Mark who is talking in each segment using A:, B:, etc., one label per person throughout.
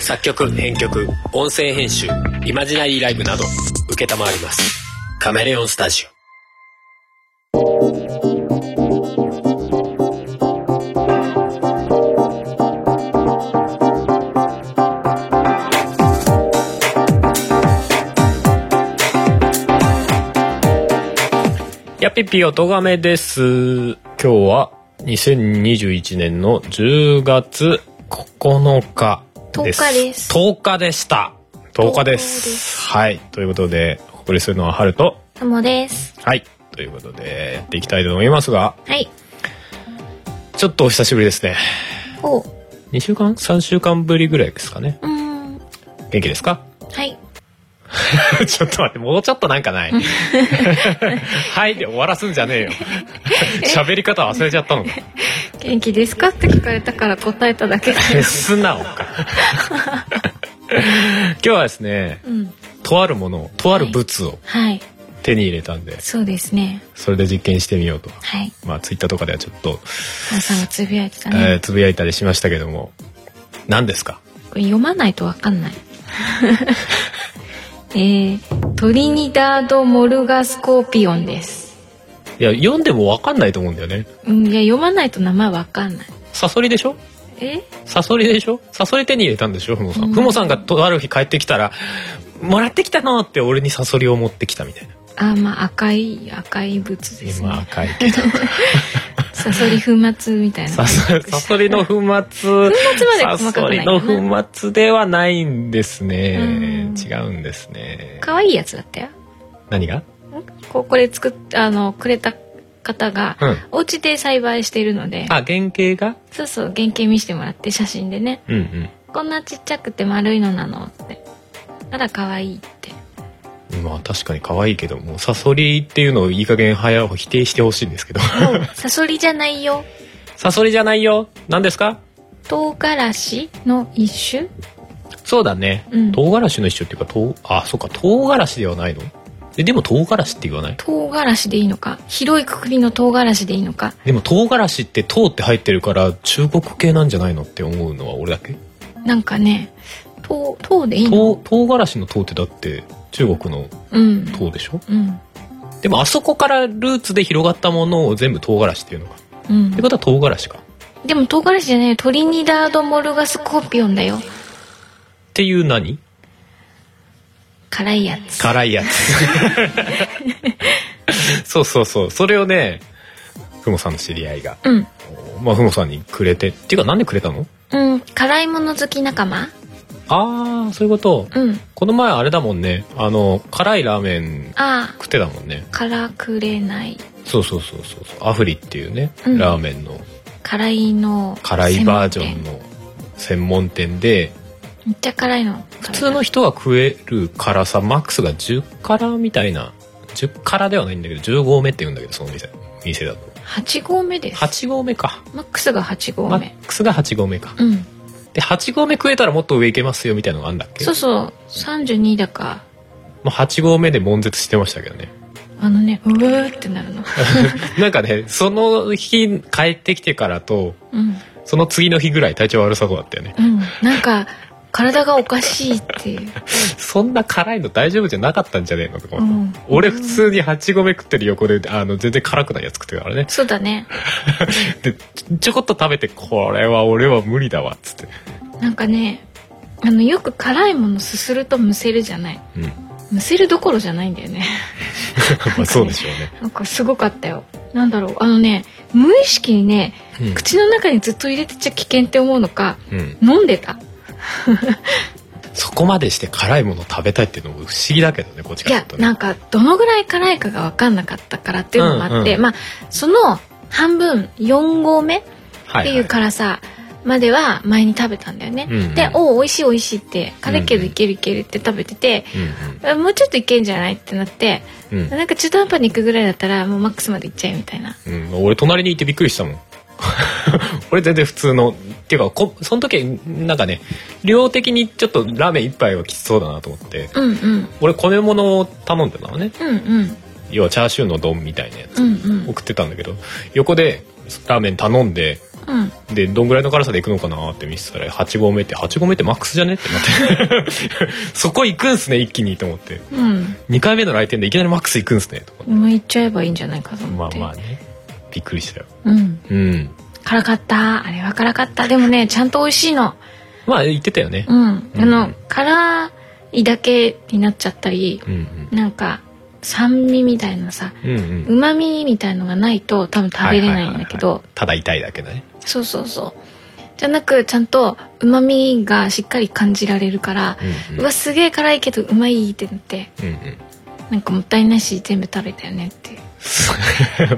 A: 作曲、編曲、音声編集、イマジナリーライブなど、受けたまわります。カメレオンスタジオ。やっぴっぴおとがめです。
B: 今日は2021年の10月9日です。
C: 10日です
B: 10日でした。10日です。
C: 10日で
B: はい。ということで、お送りするのは春と、
C: タモです。
B: はい。ということで、やっていきたいと思いますが、
C: はい。
B: ちょっとお久しぶりですね。
C: おう。
B: 2週間 ?3 週間ぶりぐらいですかね。
C: ーん。
B: 元気ですか
C: はい。
B: ちょっと待って、もうちょっとなんかないはいで終わらすんじゃねえよ。喋り方忘れちゃったのか。
C: 元気ですかって聞かれたから答えただけで
B: 素直か。今日はですね、
C: うん。
B: とあるものをとある物を
C: はい。
B: 手に入れたんで
C: そうですね。
B: それで実験してみようと
C: はい。
B: まあツイッターとかではちょっと、
C: ファンさんがつぶやいてた
B: えー
C: ね。
B: つぶやいたりしましたけども何ですか
C: これ読まないとわかんない。 えー、トリニダード・モルガ・スコーピオンです。
B: いや読んでも分かんないと思うんだよね
C: うん、いや、読まないと名前わかんない。
B: サソリでしょ
C: え
B: サソリでしょサソリ手に入れたんでしょふもさ
C: うんん
B: ふもさんがとある日帰ってきたら「もらってきたの!」って俺にサソリを持ってきたみたいな
C: あ、まあ、赤い、赤い物です
B: 今
C: ね。
B: 赤いけど
C: サソリ粉末みたいな。
B: サソサソリの粉末
C: で
B: サ
C: 細かく
B: ソ
C: ない
B: リ
C: かな
B: の粉末ではないんですね
C: うん
B: 違うんですね
C: 可愛いやつだったよ。
B: 何が
C: ここれ作っあのくれた 方が、
B: うん
C: お家で栽培しているので
B: あ原型が
C: そうそう原型見せてもらって写真でね
B: うんうん
C: こんなちっちゃくて丸いのなのってあら可愛いって
B: まあ確かに可愛いけどもうサソリっていうのをいい加減早く否定してほしいんです けど
C: サソリじゃないよ
B: サソリじゃないよ何ですか
C: 唐辛子の一種
B: そうだね、
C: うん
B: 唐辛子の一種っていうか唐あそうか唐辛子ではないのえでも唐辛子って言わない
C: 唐辛子でいいのか広いくくりの唐辛子でいいのか
B: でも唐辛子って唐って入ってるから中国系なんじゃないのって思うのは俺だけ
C: なんかね唐唐でいいの
B: 唐唐辛子の唐ってだって中国の
C: うん
B: 唐でしょ
C: うん
B: でもあそこからルーツで広がったものを全部唐辛子っていうのかっ
C: うん
B: てことは唐辛子か
C: でも唐辛子じゃないよトリニダード・モルガスコーピオンだよ
B: っていう何
C: 辛いやつ
B: 辛 いやつそうそうそうそれをねふもさんの知り合いが、
C: うん
B: まあ、ふもさんにくれてっていうかなんでくれたの
C: うん辛いもの好き仲間
B: ああそういうこと
C: うん。
B: この前あれだもんねあの辛いラーメン
C: あ
B: 食ってたもんね
C: あ、辛くれない。
B: そうそうそうそうそうアフリっていうね、
C: うん
B: ラーメンの
C: 辛いの。
B: 辛いバージョン
C: 専門店。
B: の専門店で
C: めっちゃ辛いの。
B: 普通の人は食える辛さマックスが10辛みたいな10辛ではないんだけど10合目って言うんだけどその店店だと
C: 8合目です。
B: 8合目か
C: マックスが8合
B: マ
C: 目。
B: ックスが8合目か
C: うん。
B: で8合目食えたらもっと上行けますよみたいなのがあんだっけ
C: そうそう、32だか。
B: まあ、8合目で悶絶してましたけどね
C: あのね、うーってなるの。
B: なんかねその日帰ってきてからと
C: うん。
B: その次の日ぐらい体調悪さそうだったよね
C: うん。なんか、体がおかしいっていう。
B: そんな辛いの大丈夫じゃなかったんじゃねえのとか思った、
C: うん
B: 俺普通に8合目食ってる横であの全然辛くないやつ食ってるからね
C: そうだね。
B: でちちょこっと食べてこれは俺は無理だわっつって、
C: なんかね、あの、よく辛いものすするとむせるじゃない。
B: うん、
C: むせるどころじゃないんだよね。
B: まあそうでしょうね
C: なんかすごかったよ。なんだろう、あのね、無意識にね、口の中にずっと入れてちゃ危険って思うのか
B: うん、うん、
C: 飲んでた
B: そこまでして辛いもの食べたいっていうのも不思議だけどねこっち
C: い
B: から
C: や
B: するとね
C: なんかどのぐらい辛いかが分かんなかったからっていうのもあって、
B: うんうん
C: まあその半分4合目っ
B: は
C: ていう辛さまでは前に食べたんだよね。
B: うんうん
C: で「おお美味しい美味しい」って辛いけどいけるいけるって食べてて、あもうちょっといけんじゃないってなって
B: うんうんうん
C: なんか中途半端に行くぐらいだったらもうマックスまで行っちゃえみたいな。
B: うん、俺隣にいてびっくりしたもん 俺全然普通のっていうかこその時なんかね量的にちょっとラーメン一杯はきつそうだなと思って
C: うんうん
B: 俺米物を頼んでたのね
C: うんうん
B: 要はチャーシューの丼みたいなやつ
C: うんうん
B: 送ってたんだけど横でラーメン頼んで
C: うん
B: でどんぐらいの辛さでいくのかなって見せたら8合目って8合目ってマックスじゃねってなって そこ行くんすね一気にと思って
C: うん
B: 2回目の来店でいきなりマックス行くんすねと思
C: もう行っちゃえばいいんじゃないかと思っ
B: って
C: て
B: まあまあねびっくりしたよ
C: うん
B: うん
C: 辛かったあれは辛かったでもねちゃんと美味しいの
B: まあ言ってたよね
C: うんあ
B: う
C: の
B: ん
C: 辛いだけになっちゃったり
B: うん
C: なんか酸味みたいなさ
B: うんうんうん
C: うまみみたいのがないと多分食べれな
B: はいは
C: いんだけ
B: いはいは
C: ど
B: いただ痛いだけだね
C: そうそうそうじゃなくちゃんとうまみがしっかり感じられるから
B: うんう
C: うんわすげえ辛いけどうまいってなって
B: うんうん
C: なんかもったいないし全部食べたよねっていう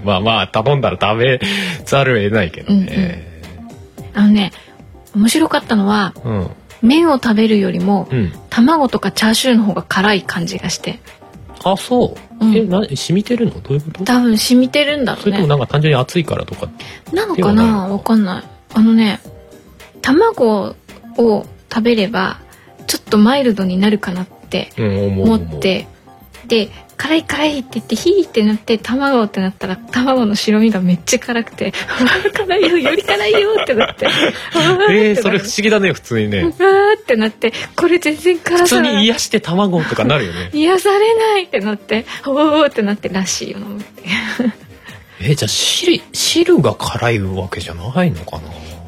B: まあまあ頼ん だら食べざるを得ないけどね
C: あのね面白かったのは
B: うんうん、
C: 麺を食べるよりも卵とかチャーシューの方が辛い感じがして
B: あそううんえな染みてるのどういうこと
C: 多分染みてるんだろ
B: そうれとも
C: ね
B: なんか単純に暑いからとか
C: なの
B: で
C: か
B: はないの
C: な
B: か
C: わかんないあのね卵を食べればちょっとマイルドになるかなって
B: うん思う
C: 思
B: 思う
C: ってで辛い辛いって言ってヒーってなって卵ってなったら卵の白身がめっちゃ辛くて 「辛いよより辛いよ」ってなって「
B: え
C: え
B: ー、それ不思議だね普通にね
C: わーってなってこれ全然
B: 普
C: 辛
B: 通
C: さ
B: に
C: ない
B: 癒して卵とかなるよね
C: 癒されないってなっておーってなってらしいよ
B: えーじゃあ汁汁が辛いわけじゃないのかな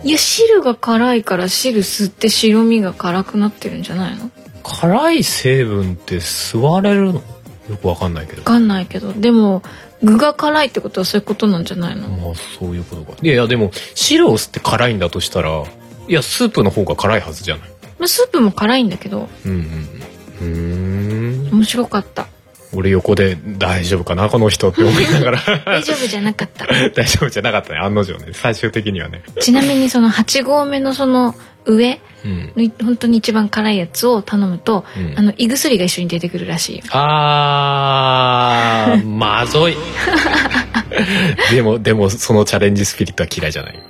B: い
C: や汁が辛いから汁吸って白身が辛くなってるんじゃないのわ
B: 辛い成分って吸われるのよくわかんないけど
C: かんないけどでも具が辛いってことはそういうことなんじゃないの
B: まあそういうことかいやいやでも汁を吸って辛いんだとしたらいやスープの方が辛いはずじゃない
C: まあスープも辛いんだけど
B: うんうんうんうーん
C: 面白かった
B: 俺横で大丈夫かなこの人って思いながら
C: 大丈夫じゃなかった
B: 大丈夫じゃなかったね案の定ね最終的にはね
C: ちなみにその8合目のその上
B: うん、
C: の本当に一番辛いやつを頼むと
B: うん
C: あの胃薬が一緒に出てくるらしいよ
B: あー、まずい。でも、でも、そのチャレンジスピリットは嫌いじゃない。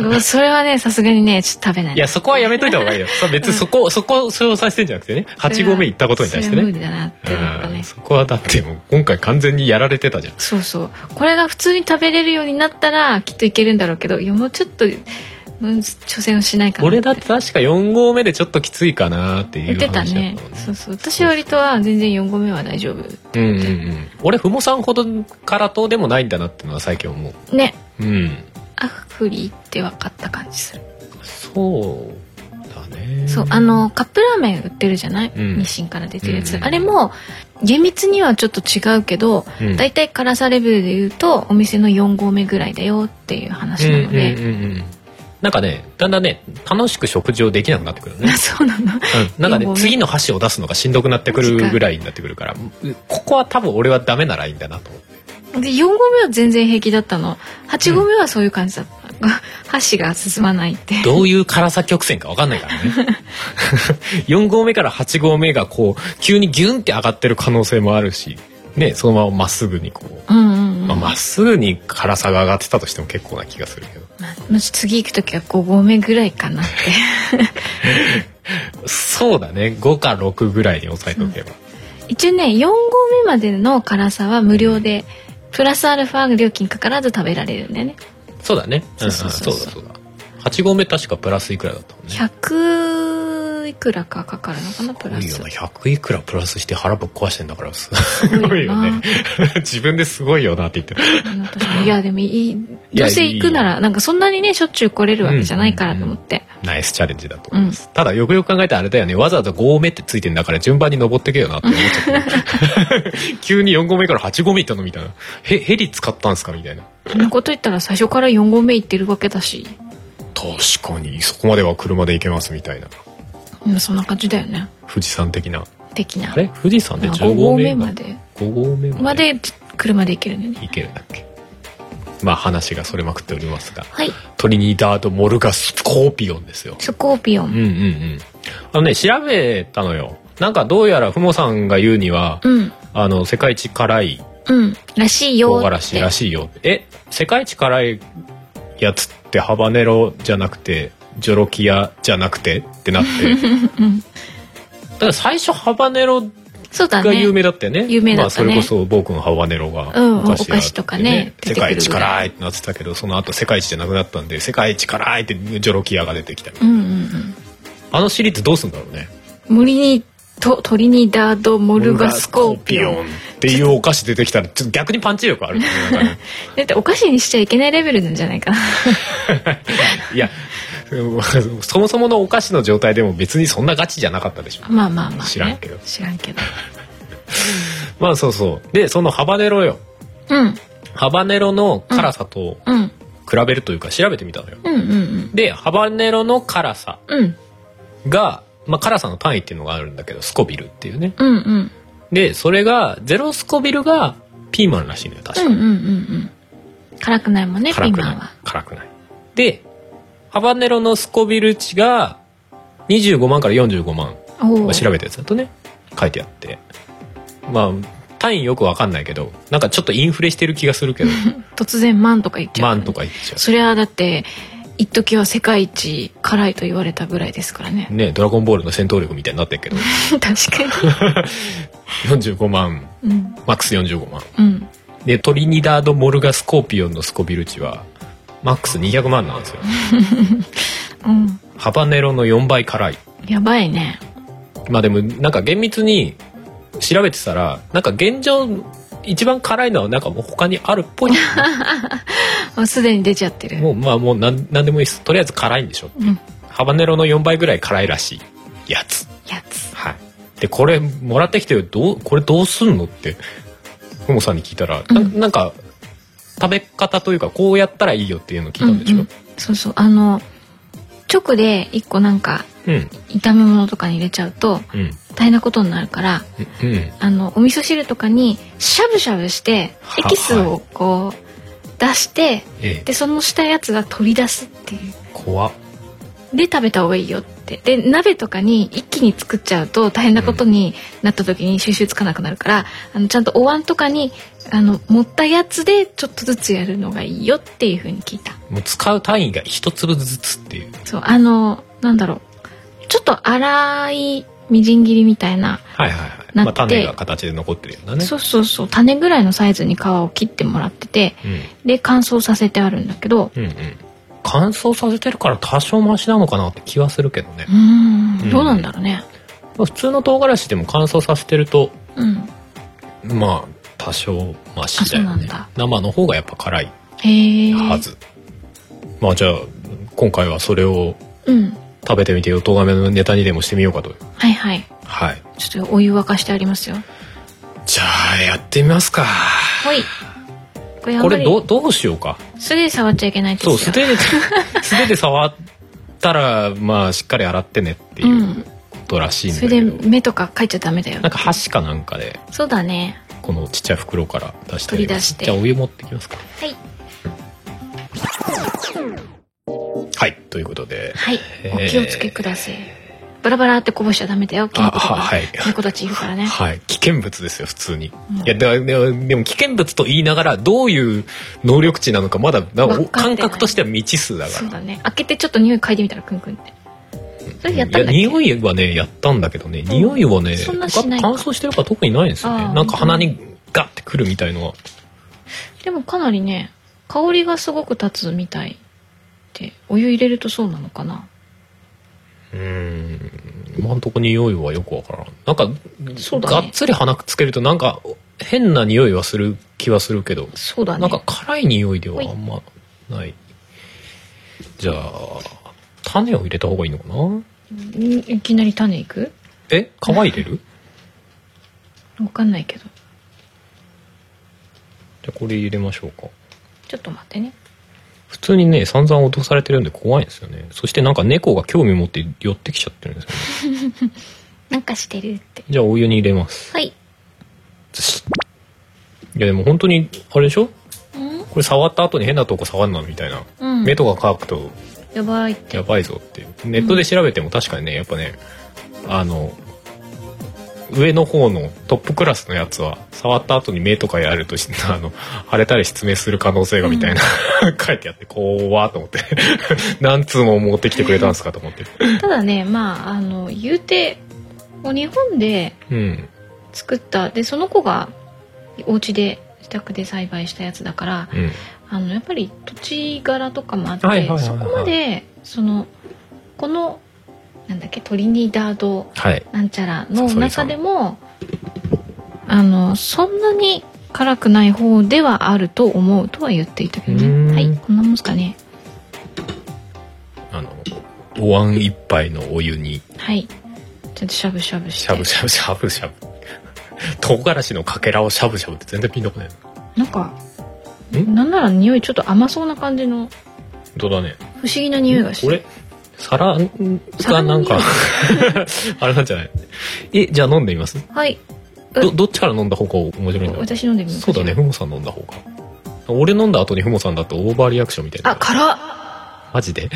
C: うわそれはねさすがにねちょっと食べない
B: いや、そこはやめといた方がいいよ。さ別にそこ、そこ、それをさせてんじゃなくてね。8合目行ったことに対して
C: それは無
B: ね。
C: 理だなってなんか
B: う
C: ね
B: ん、そこはだってもう今回完全にやられてたじゃん。
C: そうそうこれが普通に食べれるようになったらきっといけるんだろうけどいやもうちょっと、うん、挑戦をしないかな
B: 俺だって確か4合目でちょっときついかなってい
C: 言
B: う
C: って
B: 話だ
C: た
B: ったもん
C: ねそうそう私割とは全然4合目は大丈夫
B: うんうんうん。俺、ふもさんほどからとでもないんだなってのは最近思う。
C: ね
B: うん。
C: アフリって分かった感じする、
B: そうだね。
C: そうあのカップラーメン売ってるじゃない、
B: うん
C: 日清から出てるやつ、
B: うん
C: あれも厳密にはちょっと違うけど
B: うん、
C: だいたい辛さレベルで言うとお店の4合目ぐらいだよっていう話なので、
B: うんうんうんうんなんかねだんだんね楽しく食事をできなくなってくる のね、
C: そうなの
B: うん、なんか
C: いやも
B: ね
C: うね
B: 次の箸を出すのがしんどくなってくるぐらいになってくるからうここは多分俺はダメなラインだなと思って
C: で4合目は全然平気だったの8合目はそういう感じだった、 箸が進まないって
B: どういう辛さ曲線か分かんないからね 4合目から8合目がこう急にギュンって上がってる可能性もあるしねそのまままっすぐにこう
C: うんうんうん、
B: まあ
C: ま
B: まっすぐに辛さが上がってたとしても結構な気がするけど
C: あもし次行く時は5合目ぐらいかなって
B: そうだね5か6ぐらいに抑えておけば、
C: 一応ね4合目までの辛さは無料でプラスアルファ料金かからず食べられるんだよね
B: そうだね。
C: そうそうそう
B: だそうだ。8合目確かプラスいくらだったもんね。
C: 100いくらかかかるのかなプラ
B: す
C: ス
B: ごいよな。100いくらプラスして腹ぶっ壊してんだから、す
C: す
B: ご
C: ご
B: い
C: い
B: よ
C: よ
B: ね
C: な。
B: 自分ですごいよなって言ってる。
C: うん確かにいやでもいい
B: いや
C: どうせ行くならなんかそんなにねしょっちゅう来れるわけじゃないからと思って、
B: ナイスチャレンジだと思います。ただ、よくよく考えたらあれだよね。わざわざ5合目ってついてんだから順番に登ってけよなって思っちゃっ た。急に4合目から8合目行ったのみたいな。へ、ヘリ使ったんすかみたいな。
C: そんなこと言ったら最初から4合目行ってるわけだし
B: 確かに、そこまでは車で行けますみたいな。
C: うんそんな感じだよね
B: 富士山的な。
C: 的な
B: あれ富士山で
C: まあ
B: 15
C: 5
B: 合
C: 合
B: 目
C: 目
B: ま
C: ま
B: で。
C: で
B: 5合目
C: まで車で行けるんだよね
B: いけるんだっけまあ話がそれまくっておりますが
C: はい
B: トリニダード・モルガスコーピオンですよ
C: スコーピオ
B: うん
C: ン
B: うんうんあのね調べたのよなんかどうやらふもさんが言うには
C: うん
B: あの世界一辛い
C: うんらしいよ
B: 唐
C: っ
B: 辛子
C: て
B: らしいよえ世界一辛いやつってハバネロじゃなくてジョロ キアじゃなくてってなってだから最初ハバネロ
C: そうだね
B: が有名だったよね
C: 有名だったね
B: まあ、それこそ暴君ハワネロが
C: うん
B: お菓子
C: お菓子とかね
B: 世界
C: 出て
B: 一
C: くるぐ
B: 辛
C: ら
B: い
C: い
B: ってなってたけどその後世界一じゃなくなったんで世界一辛いってジョロキアが出てきたり
C: うんうんうん
B: あのシリーズどうすんだろうね
C: 森にとトリニダード・モルガスコーピオン
B: モルガスコーっていうお菓子出てきたらちょっと逆にパンチ力あるっていうなんかね
C: だってお菓子にしちゃいけないレベルなんじゃないかな
B: いやそもそものお菓子の状態でも別にそんなガチじゃなかったでしょ
C: まあまあまあ、ね、
B: 知らんけど
C: 知らんけど
B: まあそうそうでそのハバネロよ
C: うん
B: ハバネロの辛さと
C: うん
B: 比べるというか調べてみたのよ、
C: うんうんうん
B: でハバネロの辛さ
C: うん
B: が、まあ、辛さの単位っていうのがあるんだけどスコビルっていうね
C: うんうん
B: でそれがゼロスコビルがピーマンらしいのよ確
C: う
B: か、
C: んうんうんうん辛くないもんねピ
B: 辛
C: ー
B: く
C: マ
B: な
C: ン
B: い
C: は
B: 辛くないでハバネロのスコビル値が25万から45万、
C: お
B: ま
C: お
B: あ、調べたやつだとね書いてあってまあ単位よくわかんないけどなんかちょっとインフレしてる気がするけど
C: 突然マンとか言っちゃう
B: 万とか言っちゃ
C: そりゃあだって一時は世界一辛いと言われたぐらいですからね
B: うねドラゴンボールの戦闘力みたいになってるけど
C: 確か
B: 45万
C: にうん
B: マックス45万
C: うん
B: でトリニダード・モルガ・スコーピオンのスコビル値はマックス200万なんですよ
C: うん
B: ハバネロの4倍辛い
C: やばいね
B: まあでもなんか厳密に調べてたらなんか現状一番辛いのはなんかもう他にあるっぽい
C: あすでに出ちゃってる
B: もうまあもうなんなんでもいいですとりあえず辛いんでしょ
C: うん
B: ハバネロの4倍ぐらい辛いらしいやつ
C: やつ
B: はいでこれもらってきてよどうこれどうすんのってふもさんに聞いたらななんか食べ方というかこうやったらいいよっていうのを聞いたんでしょ
C: うんうんそうそうあの直で一個なんか
B: うん
C: 炒め物とかに入れちゃうと
B: うん
C: 大変なことになるから
B: うんうん
C: あのお味噌汁とかにしゃぶしゃぶして
B: は
C: エキスをこう出して
B: ええ
C: でそのしたやつが取り出すっていう
B: 怖っ
C: で食べた方がいいよってで鍋とかに一気に作っちゃうと大変なことになった時に収集つかなくなるから、あのちゃんとお椀とかにあの盛ったやつでちょっとずつやるのがいいよっていう風に聞いた
B: もう使う単位が一粒ずつっていう
C: そうあのなんだろうちょっと粗いみじん切りみたいな、
B: はいはいはい
C: なって
B: まあ、種が形で残ってるようなね
C: そうそうそう種ぐらいのサイズに皮を切ってもらってて
B: うん
C: で乾燥させてあるんだけど
B: うんうん、乾燥させてるから多少マシなのかなって気はするけどね
C: う、ーん
B: うん
C: んどうなんだろうね
B: まあ普通の唐辛子でも乾燥させてると
C: うん
B: まあ多少マシだよ
C: あそうなん
B: ね
C: だ
B: 生の方がやっぱ辛い
C: へえ
B: はず、まあじゃあ今回はそれを
C: うん
B: 食べてみてよとがめのネタにでもしてみようかと
C: はいはい
B: はい
C: ちょっとお湯沸かしてありますよ
B: じゃあやってみますか
C: ほい。これあん
B: こ
C: ま
B: れ
C: り
B: どうどうしようか
C: 素手で触っちゃいけないです
B: そ
C: よ。。
B: う素手で 素手で触ったらまあしっかり洗ってねっていううんことらしいんだ
C: それ
B: けど、
C: で目とかかいちゃダメだよ
B: な。んか箸かなんかで
C: そうだね。
B: このちっちゃい袋から出して
C: 取り出して
B: じゃあお湯持ってきますか
C: はい
B: はいということで
C: はい
B: え。
C: お
B: ー
C: 気をつけください。バラバラってこぼしちゃダメだよ。キノコとか
B: あははい
C: 猫たちいるからね。
B: はい危険物ですよ普通に、
C: うん
B: いやでででも危険物と言いながらどういう能力値なのかまだなんか
C: わかってない
B: 感覚としては未知数だか
C: そう
B: ら
C: だね。開けてちょっと匂い嗅いでみたらクンクンって。それやったんだっ
B: い
C: け
B: や匂いはねやったんだけどね
C: ん
B: 匂いはね、
C: そんなし
B: 乾
C: ない
B: 燥してるから特にないんですよ
C: あ
B: ね
C: ー
B: なんか鼻にガッてくるみたいのは
C: でもかなりね、香りがすごく立つみたい。で、お湯入れるとそうなのかな。
B: うーん今んとこ匂いはよくわからんなんか、
C: そうだね
B: がっつり鼻くっつけるとなんか変な匂いはする気はするけど
C: そうだね。
B: なんか辛い匂いではあんまないじゃあ種を入れた方がいいのかなん
C: いきなり種いく
B: え皮入れる
C: わかんないけど。
B: じゃあこれ入れましょうか
C: ちょっと待ってね。
B: 普通にね散々脅されてるんで怖いんですよねそしてなんか猫が興味持って寄ってきちゃってるんですよね
C: なんかしてるって。
B: じゃあお湯に入れます
C: はい。
B: ずしいやでも本当にあれでしょ
C: うん
B: これ触った後に変なとこ触んなみたいな、
C: うん
B: 目とか乾くと
C: やばいって
B: やばいぞってネットで調べても確かにねやっぱねあの上の方のトップクラスのやつは触った後に目とかやるとし あの腫れたり失明する可能性がみたいな、書いてあって怖ーと思って 何通も持ってきてくれたんですかと思って
C: ただねまああの言うてもう日本で
B: うん
C: 作ったでその子がお家で自宅で栽培したやつだから
B: うん
C: あのやっぱり土地柄とかもあって、
B: はいはいはいはい
C: そこまでそのこのなんだっけトリニダード
B: はい
C: なんちゃらの
B: サソリさ
C: 中
B: ん
C: でもあのそんなに辛くない方ではあると思うとは言っていたけど
B: うー
C: ね
B: ん
C: はいこんなもんすかね
B: あのお椀一杯のお湯に
C: はいちょっとしゃぶしゃぶして
B: しゃぶしゃぶしゃぶしゃぶ唐辛子のかけらをしゃぶしゃぶって全然ピンとこないの
C: なんか
B: ん
C: なんなら匂いちょっと甘そうな感じの
B: 本当だね
C: 不思議な匂いがして
B: これ皿が
C: 皿
B: な
C: の
B: ん
C: 匂
B: か
C: い
B: あれなんじゃない えじゃあ飲んでみます
C: はい
B: どどっちから飲んだ方が面白いんだろ
C: 私飲んで
B: う
C: みます
B: そうだねふもさん飲んだ方が俺飲んだ後にふもさんだとオーバーリアクションみたい
C: あ
B: な
C: 辛っ
B: マジで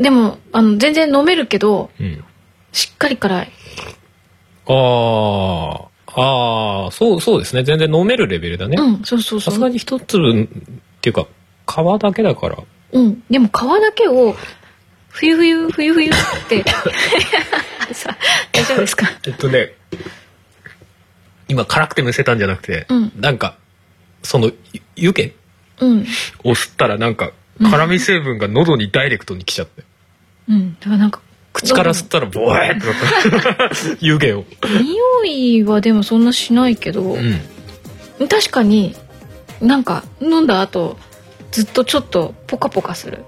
C: でもあの全然飲めるけど
B: うん
C: しっかり辛い
B: あーあーそうそうですね全然飲めるレベルだね
C: うんそうそう
B: さ
C: そ
B: すが
C: う
B: に一粒っていうか皮だけだから
C: うんでも皮だけを冬冬冬冬って さ大丈夫ですか
B: えっとね今辛くてむせたんじゃなくて、
C: うん
B: なんかそのゆ湯気
C: うん
B: を吸ったらなんか辛味成分が喉にダイレクトに来ちゃ って、
C: うんだからなんか
B: 口から吸ったらボワーってなった湯気を、
C: 匂いはでもそんなしないけど、
B: うん、
C: 確かになんか飲んだ後ずっとちょっとポカポカする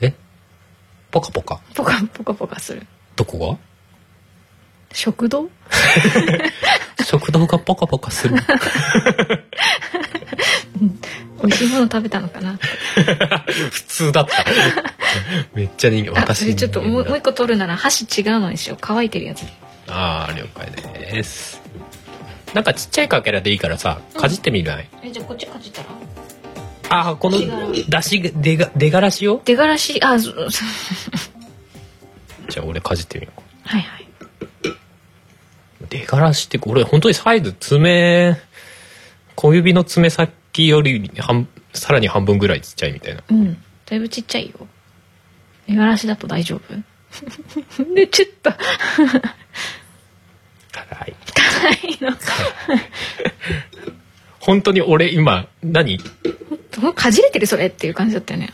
B: えポカポカ
C: ポカポカポカする
B: どこ
C: 食堂
B: が食堂がポカポカ する
C: 美味しいもの食べたのかな
B: 普通だっためっちゃ人間
C: あ
B: 私
C: それちょっともう
B: 人
C: も
B: 間
C: う一
B: だ
C: 個取るなら箸違うのにしよう乾いてるやつ
B: ああ了解ですなんかちっちゃいかけらでいいからさかじってみない、
C: えじゃあこっちかじったら
B: ああこの
C: 違う
B: だし出が出がらしを
C: 出がらしあそそ
B: じゃあ俺かじってみよう
C: はいはい
B: 出がらしってこれ本当にサイズ爪小指の爪先より半さらに半分ぐらいちっちゃいみたいな
C: うんだいぶちっちゃいよ出がらしだと大丈夫 でちょっと
B: 辛い
C: ないの
B: 本当に俺今何
C: もうかじれてるそれっていう感じだったよね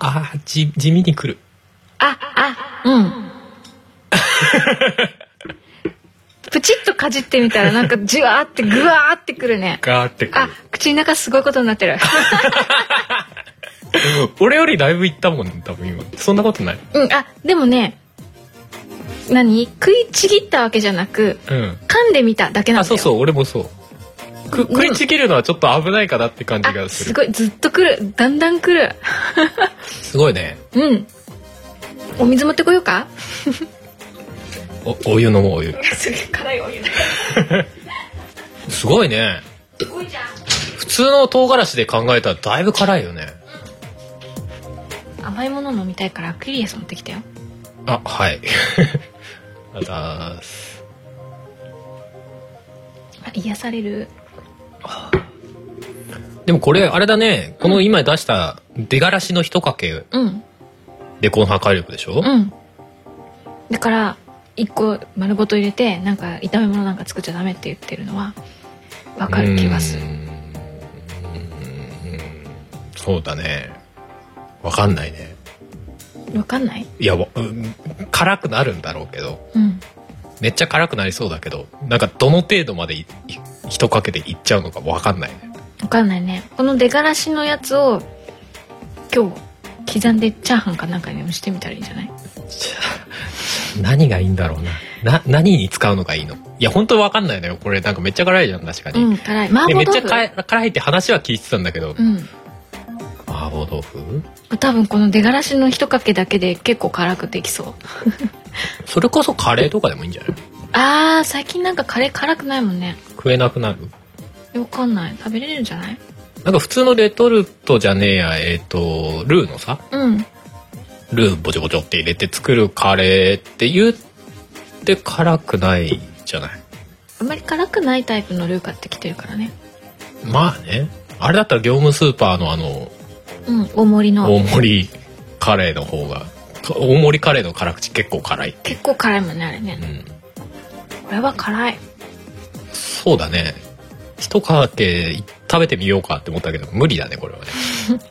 B: あーじ地味にくる
C: あ、あ、 うん。プチッとかじってみたらなんかじわーってぐわーってくるね。
B: ガーってくる
C: あ、口の中すごいことにな ってる。
B: 俺よりだいぶいったもん多分今そんなことない
C: うん、あ、でもね、何食いちぎったわけじゃなく、
B: うん
C: 噛んでみただけなん
B: あ
C: だ
B: そ
C: よ。
B: うそう俺もそうく食いちぎるのはちょっと危ないかなって感じが
C: あ、
B: す
C: す
B: る
C: ごい、ずっと来る。だんだん来る。
B: すごいね
C: うん。お水持ってこようか
B: おお湯飲もうお湯
C: すげえ辛いお湯だ。
B: すごいね
C: すごいじゃん。
B: 普通の唐辛子で考えたらだいぶ辛いよね
C: 甘いもの飲みたいからアクリルエス持ってきたよ。
B: あはい あざーす
C: あ癒される。
B: でもこれあれだねこの今出した出がらしの一かけ
C: うん。
B: でこの破壊力でしょ、
C: うんだから一個丸ごと入れてなんか炒め物なんか作っちゃダメって言ってるのはわかる気がする
B: うーんうーんそうだねわかんないね
C: わかんない
B: いやわうん辛くなるんだろうけど
C: うん
B: めっちゃ辛くなりそうだけどなんかどの程度までいい一かけでいっちゃうのかわかんないね
C: わかんないねこの出がらしのやつを今日刻んでチャーハンかなんかにもしてみたらいいんじゃない
B: じゃあ何がいいんだろうなな何に使うのがいいのいや本当わかんないのよこれなんかめっちゃ辛いじゃん確かに、
C: うん辛い麻
B: で
C: 婆
B: めっち
C: 豆
B: ゃ
C: 腐
B: 辛い辛いって話は聞いてたんだけど、
C: うん
B: 麻婆豆腐
C: 多分この出がらしの一かけだけで結構辛くできそう
B: それこそカレーとかでもいいんじゃない
C: あー最近なんかカレー辛くないもんね
B: 食えなくなる
C: わかんない食べれるんじゃない
B: なんか普通のレトルトじゃねえやえっ、とルーのさ
C: うん
B: ルーボチョボチョって入れて作るカレーって言って辛くないじゃない
C: あんまり辛くないタイプのルーカってきてるからね
B: まあねあれだったら業務スーパーのあの
C: うん大盛りの
B: 大盛りカレーの方が大盛りカレーの辛口結構辛いっていう
C: 結構辛いもんねあれね
B: う、ん
C: これは辛い
B: そうだね一かけ食べてみようかって思ったけど無理だねこ れはね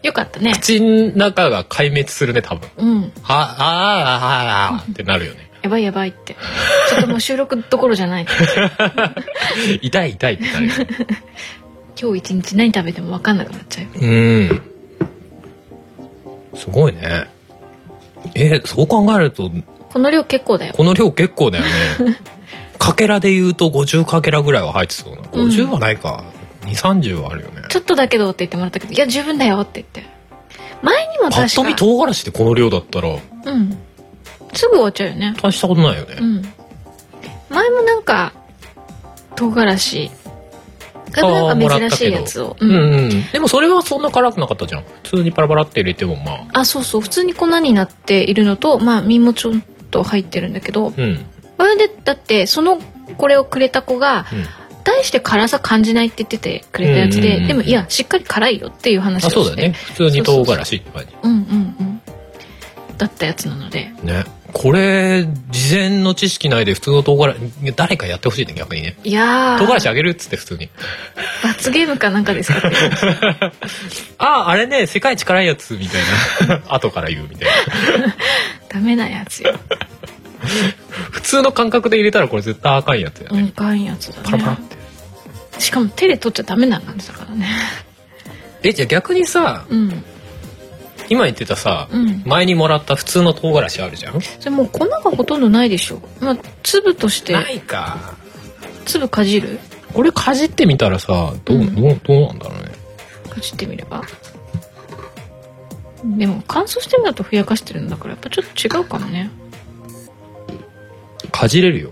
C: よかったね
B: 口の中が壊滅するね多分
C: うん
B: ああああああってなるよね
C: やばいやばいってちょっともう収録どころじゃ ない
B: 痛い痛いってなるよね
C: 今日一日何食べても分かんなくなっちゃう
B: うん。すごいね。え、そう考えると、
C: この量結構だよ
B: この量結構だよね。かけらで言うと50かけらぐらいは入ってそうな。50はないか。2、30はあるよね。
C: ちょっとだけどって言ってもらったけどいや十分だよって言って前にも
B: ぱっ
C: 確
B: と見
C: か
B: 唐辛子でこの量だったら、
C: うんすぐ終わっちゃうよね
B: 大したことないよ
C: う
B: ね。
C: ん前もなんか唐辛子がなんか珍しいやつを
B: う
C: うんん、
B: うん。でもそれはそんな辛くなかったじゃん。普通にパラパラって入れてもまあ。
C: あそうそう普通に粉になっているのとまあ身もちょっと入ってるんだけど
B: うん。
C: それでだってそのこれをくれた子が
B: うん
C: 大して辛さ感じないって言っててくれたやつ
B: うんうんうん
C: で
B: うん
C: でもいやしっかり辛いよっていう話
B: あ、
C: を
B: そうだ
C: し
B: よ
C: て
B: ね。普通に唐辛子って感じ。
C: うんうんうんだったやつなので
B: ね。これ、事前の知識ないで普通の唐辛子、誰かやってほしいね、逆にね。
C: いやー
B: 唐辛子あげるっつって普通に。
C: 罰ゲームかなんかですかって
B: ああ、あれね、世界一辛いやつみたいな。 後から言うみたいな。
C: ダメなやつよ、
B: 普通の感覚で入れたらこれ絶対あかんやつや
C: う
B: ね。
C: ん、かんやつだね
B: パラパラって。
C: しかも手で取っちゃダメな感じだからね
B: え、じゃあ逆にさ、
C: うん
B: 今言ってたさ、
C: うん
B: 前にもらった普通の唐辛子あるじゃん
C: それもう粉がほとんどないでしょまあ粒として
B: ないか。
C: 粒かじる
B: これかじってみたらさ、どう、
C: うん
B: どう、どうなんだろうね。
C: かじってみればでも乾燥してるのとふやかしてるんだからやっぱちょっと違うかもね
B: かじれ るよ。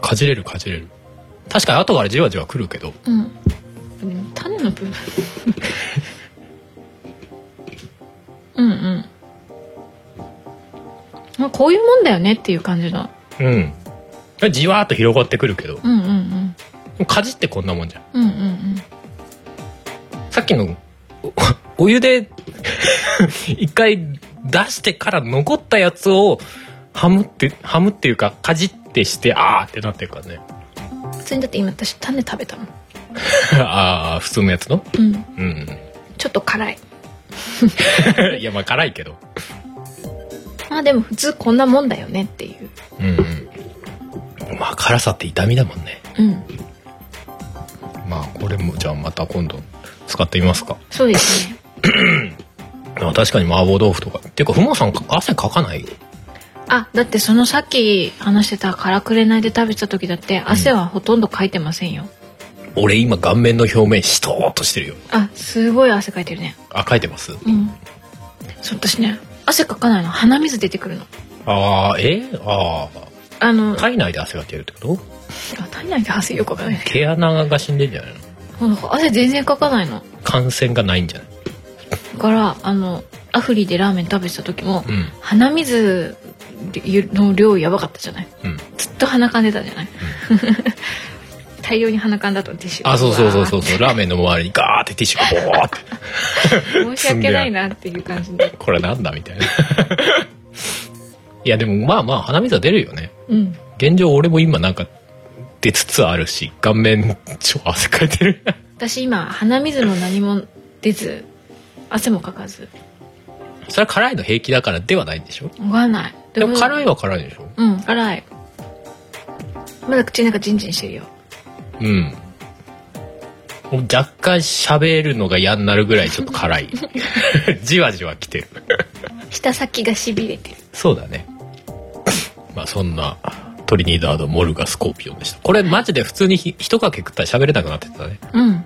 B: かじれるかじれる。確かに後からじわじわ来るけど。
C: うんでも種の部分 うんうんまあこういうもんだよねっていう感じの
B: うん。じわーっと広がってくるけど。
C: うんうんうん
B: かじってこんなもんじゃん。
C: うんうんうん
B: さっきのおお湯で一回出してから残ったやつをハムってハムっていうかかじってしてあーってなってるからね
C: 普通にだって今私種食べたもん
B: ああ普通のやつの
C: うん
B: うん
C: ちょっと辛い
B: いやまあ辛いけど
C: まあでも普通こんなもんだよねっていう
B: うんうんまあ辛さって痛みだもんね
C: うん
B: まあこれもじゃあまた今度使ってみますか
C: そうですね
B: まあ確かに麻婆豆腐とかっていうかふもさん汗かかない
C: あだってそのさっき話してたからくれないで食べてた時だって汗はほとんどかいてませんよ、
B: 俺今顔面の表面しとーっとしてるよ
C: あすごい汗かいてるね
B: あかいてます
C: うんそう私ね汗かかないの鼻水出てくるの
B: ああえー、ああ
C: あの、
B: 体内で汗が出るってこと
C: あ体内で汗よくわかんないね
B: 毛穴が死んでんじゃないの
C: ほんと汗全然かかないの
B: 感染がないんじゃない
C: だからあのアフリでラーメン食べてた時も、
B: うん
C: 鼻水の量やばかったじゃない
B: うん
C: ずっと鼻かんでたじゃない、 大量に鼻かんだとティッシュが
B: あそうそうそうそうそうラーメンの周りにガーってティッシュがボーって
C: 申し訳ないなっていう感じで
B: これなんだみたいないやでもまあまあ鼻水は出るよね
C: うん
B: 現状俺も今なんか出つつあるし顔面超汗かいてる
C: 私今鼻水も何も出ず汗もかかず
B: それは辛いの平気だからではないんでしょ
C: わかんない
B: でも辛
C: い
B: いは辛いでしょ
C: うん辛いまだ口の中ジンジンしてるよ
B: うんもう若干喋るのが嫌になるぐらいちょっと 辛いじわじわ来てる
C: 舌先がしびれてる
B: そうだね。まあそんなトリニダード・モルガ・スコーピオンでした。これマジで普通にひ一かけ食ったら喋れなくなってたね。
C: うん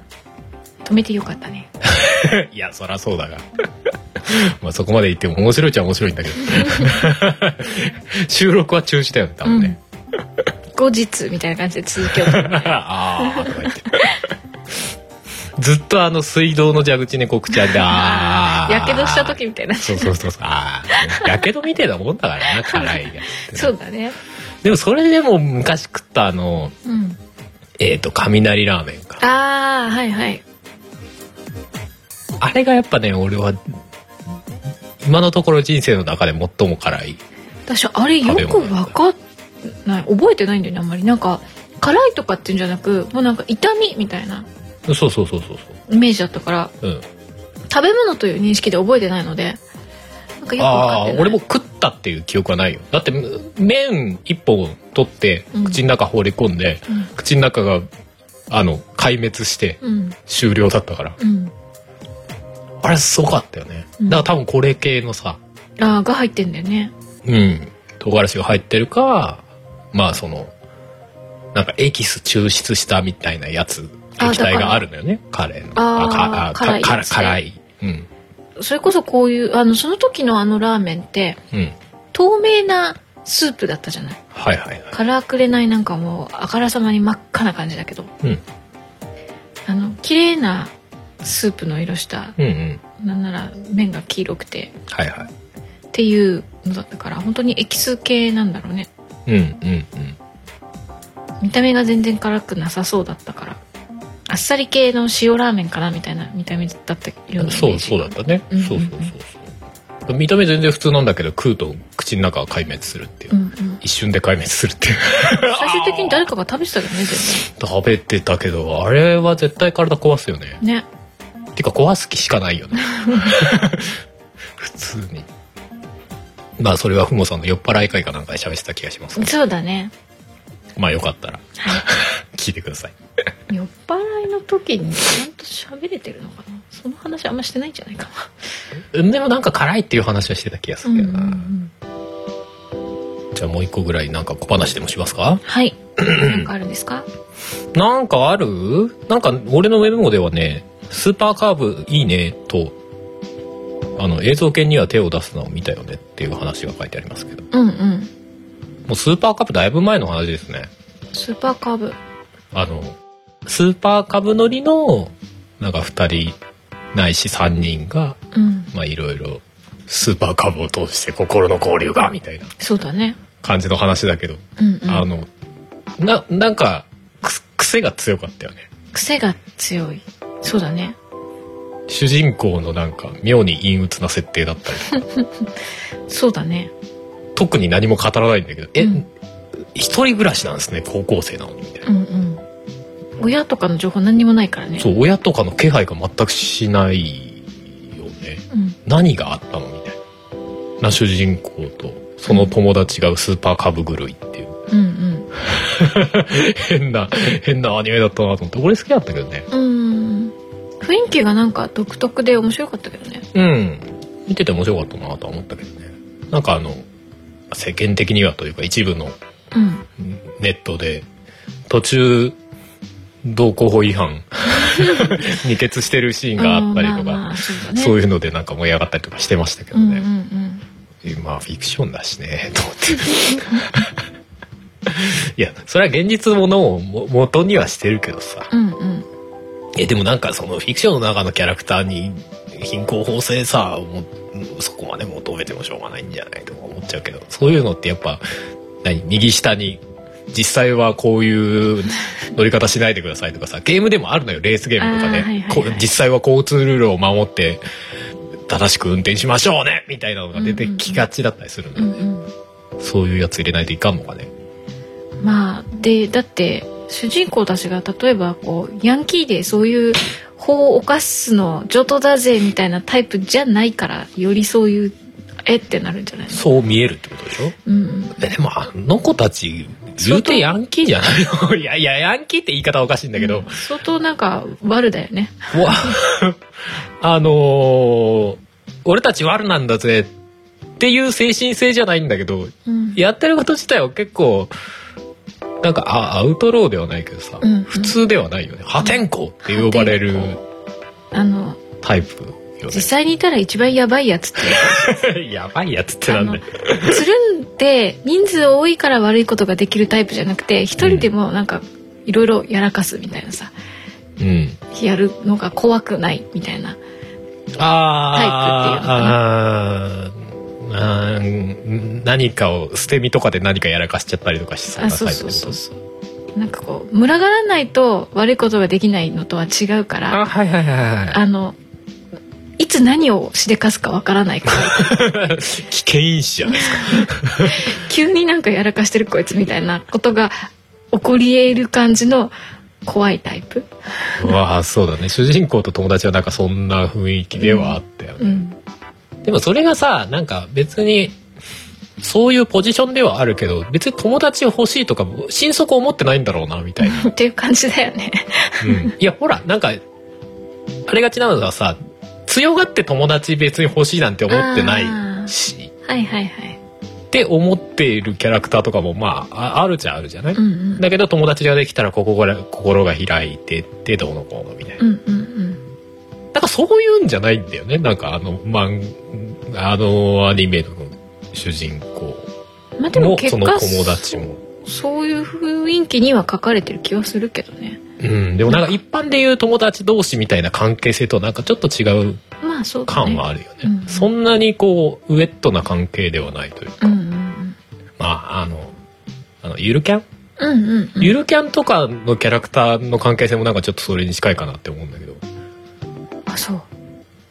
C: 止めてよかったね
B: いや、そらそうだが。 まあそこまで言っても面白いっちゃ面白いん だけど。収録は中止だよね、多分ね。
C: 後日みたいな感じで続 けようと
B: ああ、とか言って。ずっとあの水道の蛇口にこう口あで、ああ。
C: やけどした時みたいな
B: そうそうそうそう。ああ。やけどみてえなもんだからな、辛いやつって
C: そうだね
B: でもそれでも昔食ったあの、
C: うん
B: えっ、と、雷ラーメンか。
C: ああはいはい
B: あれがやっぱね、俺は、今のところ人生の中で最も辛い。
C: 私あれよくわかない覚えてないんだよねあんまりなんか辛いとかっていうんじゃなくもうなんか痛みみたいな
B: そうそうそうそう
C: イメージだったから
B: そううん
C: 食べ物という認識で覚えてないのでなんかよく分か
B: ああ
C: って
B: ー
C: ない
B: 俺も食ったっていう記憶はないよだって麺一本取って
C: うん
B: 口の中放り込んで、口の中があの壊滅して
C: うんうん
B: 終了だったから
C: うん
B: あれすごかったよね
C: うん
B: だから多分これ系のさ
C: あーが入ってんだよね
B: うん唐辛子が入ってるかまあそのなんかエキス抽出したみたいなやつ
C: あ
B: 液体があるのよねカレーの
C: あー
B: かあか
C: 辛いやつ
B: 辛辛いうん
C: それこそこういうあのその時のあのラーメンって
B: うん
C: 透明なスープだったじゃない
B: はいはいは
C: カラーくれないなんかもうあからさまに真っ赤な感じだけど
B: いうん
C: あの綺麗なスープの色した
B: うんうん
C: なんなら麺が黄色くて
B: はいはい
C: っていうのだったから本当にエキス系なんだろうね
B: うんうんうん
C: 見た目が全然辛くなさそうだったからあっさり系の塩ラーメンかなみたいな見た目だったようなイメージ
B: そうそうだったね、
C: うんうんうん
B: そうそうそうそう見た目全然普通なんだけど食うと口の中が壊滅するっていう、
C: うんうん
B: 一瞬で壊滅するっていう
C: 最終的に誰かが食べてたけどね
B: 食べてたけどあれは絶対体壊すよね
C: 全然ね
B: てか壊す気しかないよね 普通にまあそれはふもさんの酔っ払い会かなんかで喋ってた気がします
C: そうだね
B: まあよかったら
C: はい
B: 聞いてください
C: 酔っ払いの時にちゃんと喋れてるのかなその話あんましてないんじゃないか
B: うんでもなんか辛いっていう話はしてた気がす
C: な、
B: るけどな、
C: うんうんうん
B: じゃあもう一個ぐらいなんか小話でもしますか
C: はいなんかあるんですか
B: なんかあるなんか俺のメモではね「スーパーカーブいいね」と「あの映像犬には手を出すな」を見たよねっていう話が書いてありますけども
C: うんうん
B: うスーパーカーブだいぶ前の話ですね
C: スーパーカーブ
B: あのスーパーカブ乗りのなんか2人ないし3人が
C: うん
B: まあいろいろスーパーカブを通して心の交流がみたいな
C: そうだね
B: 感じの話だけど、
C: うんう
B: あ
C: ん
B: のななんかく癖が強かったよね
C: 癖が強いそうだね
B: 主人公のなんか妙に陰鬱な設定だったりとか
C: そうだね
B: 特に何も語らないんだけど「え、
C: うん
B: 一人暮らしなんですね高校生なのに」みたいな、
C: うんうん親とかの情報何にもないからね
B: そう親とかの気配が全くしないよね
C: うん
B: 何があったのみたいな主人公とその友達がスーパーカブ狂いっていう
C: うん
B: 変な変なアニメだったなと思って俺好きだったけどね
C: うんうん雰囲気がなんか独特で面白かったけどね
B: うん見てて面白かったなとは思ったけどねなんかあの世間的にはというか一部の
C: うん
B: ネットで途中道交法違 反に決してるシーンがあったりと
C: うんまあま
B: か
C: あそうだね
B: そういうのでなんか盛り上がったりとかしてましたけど
C: うんうんう
B: ね
C: ん
B: まあフィクションだしね と思っていやそれは現実ものをも元にはしてるけどさ
C: うんうん
B: えでもなんかそのフィクションの中のキャラクターに貧困法制さもうそこまで求めてもしょうがないんじゃないとか思っちゃうけどそういうのってやっぱ何右下に実際はこういう乗り方しないでくださいとかさゲームでもあるのよレースゲームとか
C: あーはいはい
B: ね
C: はい
B: こう実際は交通ルールを守って正しく運転しましょうねみたいなのが出てきがちだったりするの
C: う
B: よ
C: ん
B: ね、そういうやつ入れないといかんのかね
C: うんまあでだって主人公たちが例えばこうヤンキーでそういう法を犯すの上等だぜみたいなタイプじゃないからよりそういうえってなるんじゃないの
B: そう見えるってことでしょ
C: うんうん
B: ででもあの子たち言うてヤンキーじゃないの いやいやヤンキーって言い方おかしいんだけど、
C: 相当なんか悪だよね
B: うわあのー俺たち悪なんだぜっていう精神性じゃないんだけど
C: うん
B: やってること自体は結構なんかあアウトローではないけどさ、
C: うんうん
B: 普通ではないよね破天荒って呼ばれる
C: あの
B: タイプよ
C: 実際にいたら一番やばいやつ って
B: ね やばいやつってなんだよ
C: つるんで人数多いから悪いことができるタイプじゃなくて一人でもなんかいろいろやらかすみたいなさ
B: うん
C: やるのが怖くないみたいな
B: あーあーあー何かを捨て身とかで何かやらかしちゃったりとかしそう
C: あ
B: な
C: そう
B: タイプ
C: そうそう
B: う
C: そうなんかこう群がらないと悪いことができないのとは違うからあ
B: はいはいはいはい
C: のいつ何をしでかすかわからないか ら
B: 危険因子じゃないですか。
C: 急になんかやらかしてるこいつみたいなことが起こり得る感じの怖いタイプ、
B: わあ、そうだね。主人公と友達はなんかそんな雰囲気ではあったよね。
C: うん、
B: でもそれがさ、なんか別に、そういうポジションではあるけど、別に友達欲しいとか、心底思ってないんだろうな、みたいな。
C: っていう感じだよね。
B: うんいや、ほら、なんか、あれがちなのはさ、強がって友達別に欲しいなんて思ってないし、
C: はいはいはい。
B: って思っているキャラクターとかも、まあ、ああるじゃあるじゃない、
C: うんうん。
B: だけど友達ができたらここから心が開いてってどうのこうのみたいな。
C: うんうんうん。
B: なんかそういうんじゃないんだよね。なんかあの、漫あのアニメの主人公
C: まあでも
B: も
C: 結
B: その
C: 果
B: 友達も。
C: そういう雰囲気には書かれてる気はするけどね。
B: うん、でもなんか一般でいう友達同士みたいな関係性とはなんかちょっと違う
C: まあそうだね。
B: 感はあるよね。
C: うん
B: そんなにこうウエットな関係ではないというか、
C: うんうん
B: まああのあのゆるキャン、
C: うん。うんうんうん。
B: ゆるキャンとかのキャラクターの関係性もなんかちょっとそれに近いかなって思うんだけど。
C: あそう。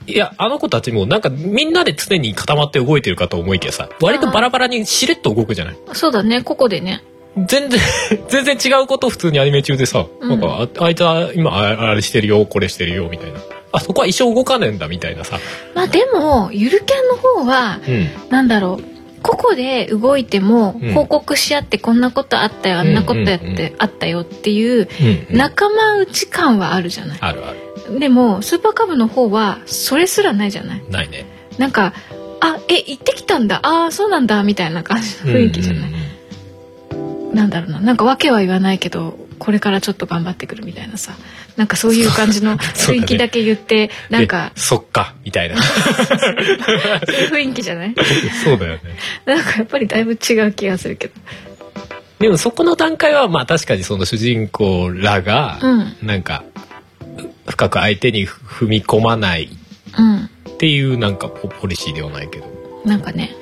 B: いや、あの子たちもなんかみんなで常に固まって動いてるかと思いきやさ、割とバラバラにしれっと動くじゃない
C: そうだね。ここでね。
B: 全然 全然違うことを普通にアニメ中でさ、
C: うん
B: なんかああいつは今ああれしてるよこれしてるよみたいなあそこは一生動かねえんだみたいなさ、
C: まあでもゆるキャンの方は
B: うん、
C: なんだろう。ここで動いても
B: うん
C: 報告し合ってこんなことあったよ、あんなことやっ
B: うんうんう
C: てあったよっていう
B: うんうん
C: 仲間内感はあるじゃない。
B: あるある
C: でもスーパーカブの方はそれすらないじゃない。
B: ないね
C: なんか「あえ行ってきたんだああそうなんだ」みたいな感じの雰囲気じゃない、
B: うんうん
C: なんだろうななんか訳は言わないけどこれからちょっと頑張ってくるみたいなさなんかそういう感じの
B: そ
C: 雰
B: うだね
C: 囲気だけ言って、
B: うん
C: なんか
B: でそっかみた いな
C: そういう雰囲気じゃない
B: そうだよね
C: なんかやっぱりだいぶ違う気がするけど
B: でもそこの段階はまあ確かにその主人公らが
C: うん
B: なんかふ深く相手に踏み込まない
C: うん
B: っていうなんかポポリシーではないけど
C: なんかね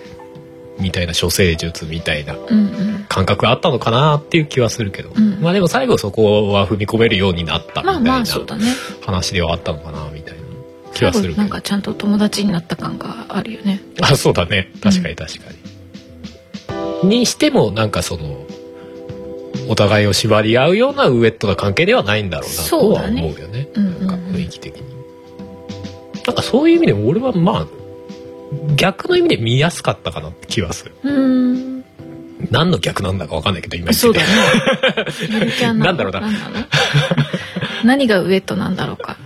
B: みたいな処世術みたいな
C: うんうん
B: 感覚あったのかなっていう気はするけど、
C: うん
B: まあでも最後そこは踏み込めるようになったみ
C: ま
B: た
C: あ
B: いな
C: まあそうだね
B: 話ではあったのかなみたいな気
C: 多
B: はする
C: 分
B: け
C: なん
B: ど
C: かちゃんと友達になった感があるよね
B: あそうだね確かに確かに、にしてもなんかそのお互いを縛り合うようなウエットな関係ではないんだろうなと
C: そう
B: は
C: だね
B: 思うよね
C: うんうんうん
B: なんか雰囲気的になんかそういう意味でも俺はまあ逆の意味で見やすかったかなって気はする
C: うーん
B: 何の逆なんだか分かんないけど今言ってて
C: そうだねゆるキャンの
B: なんだろうな
C: 何なの何がウエットなんだろうか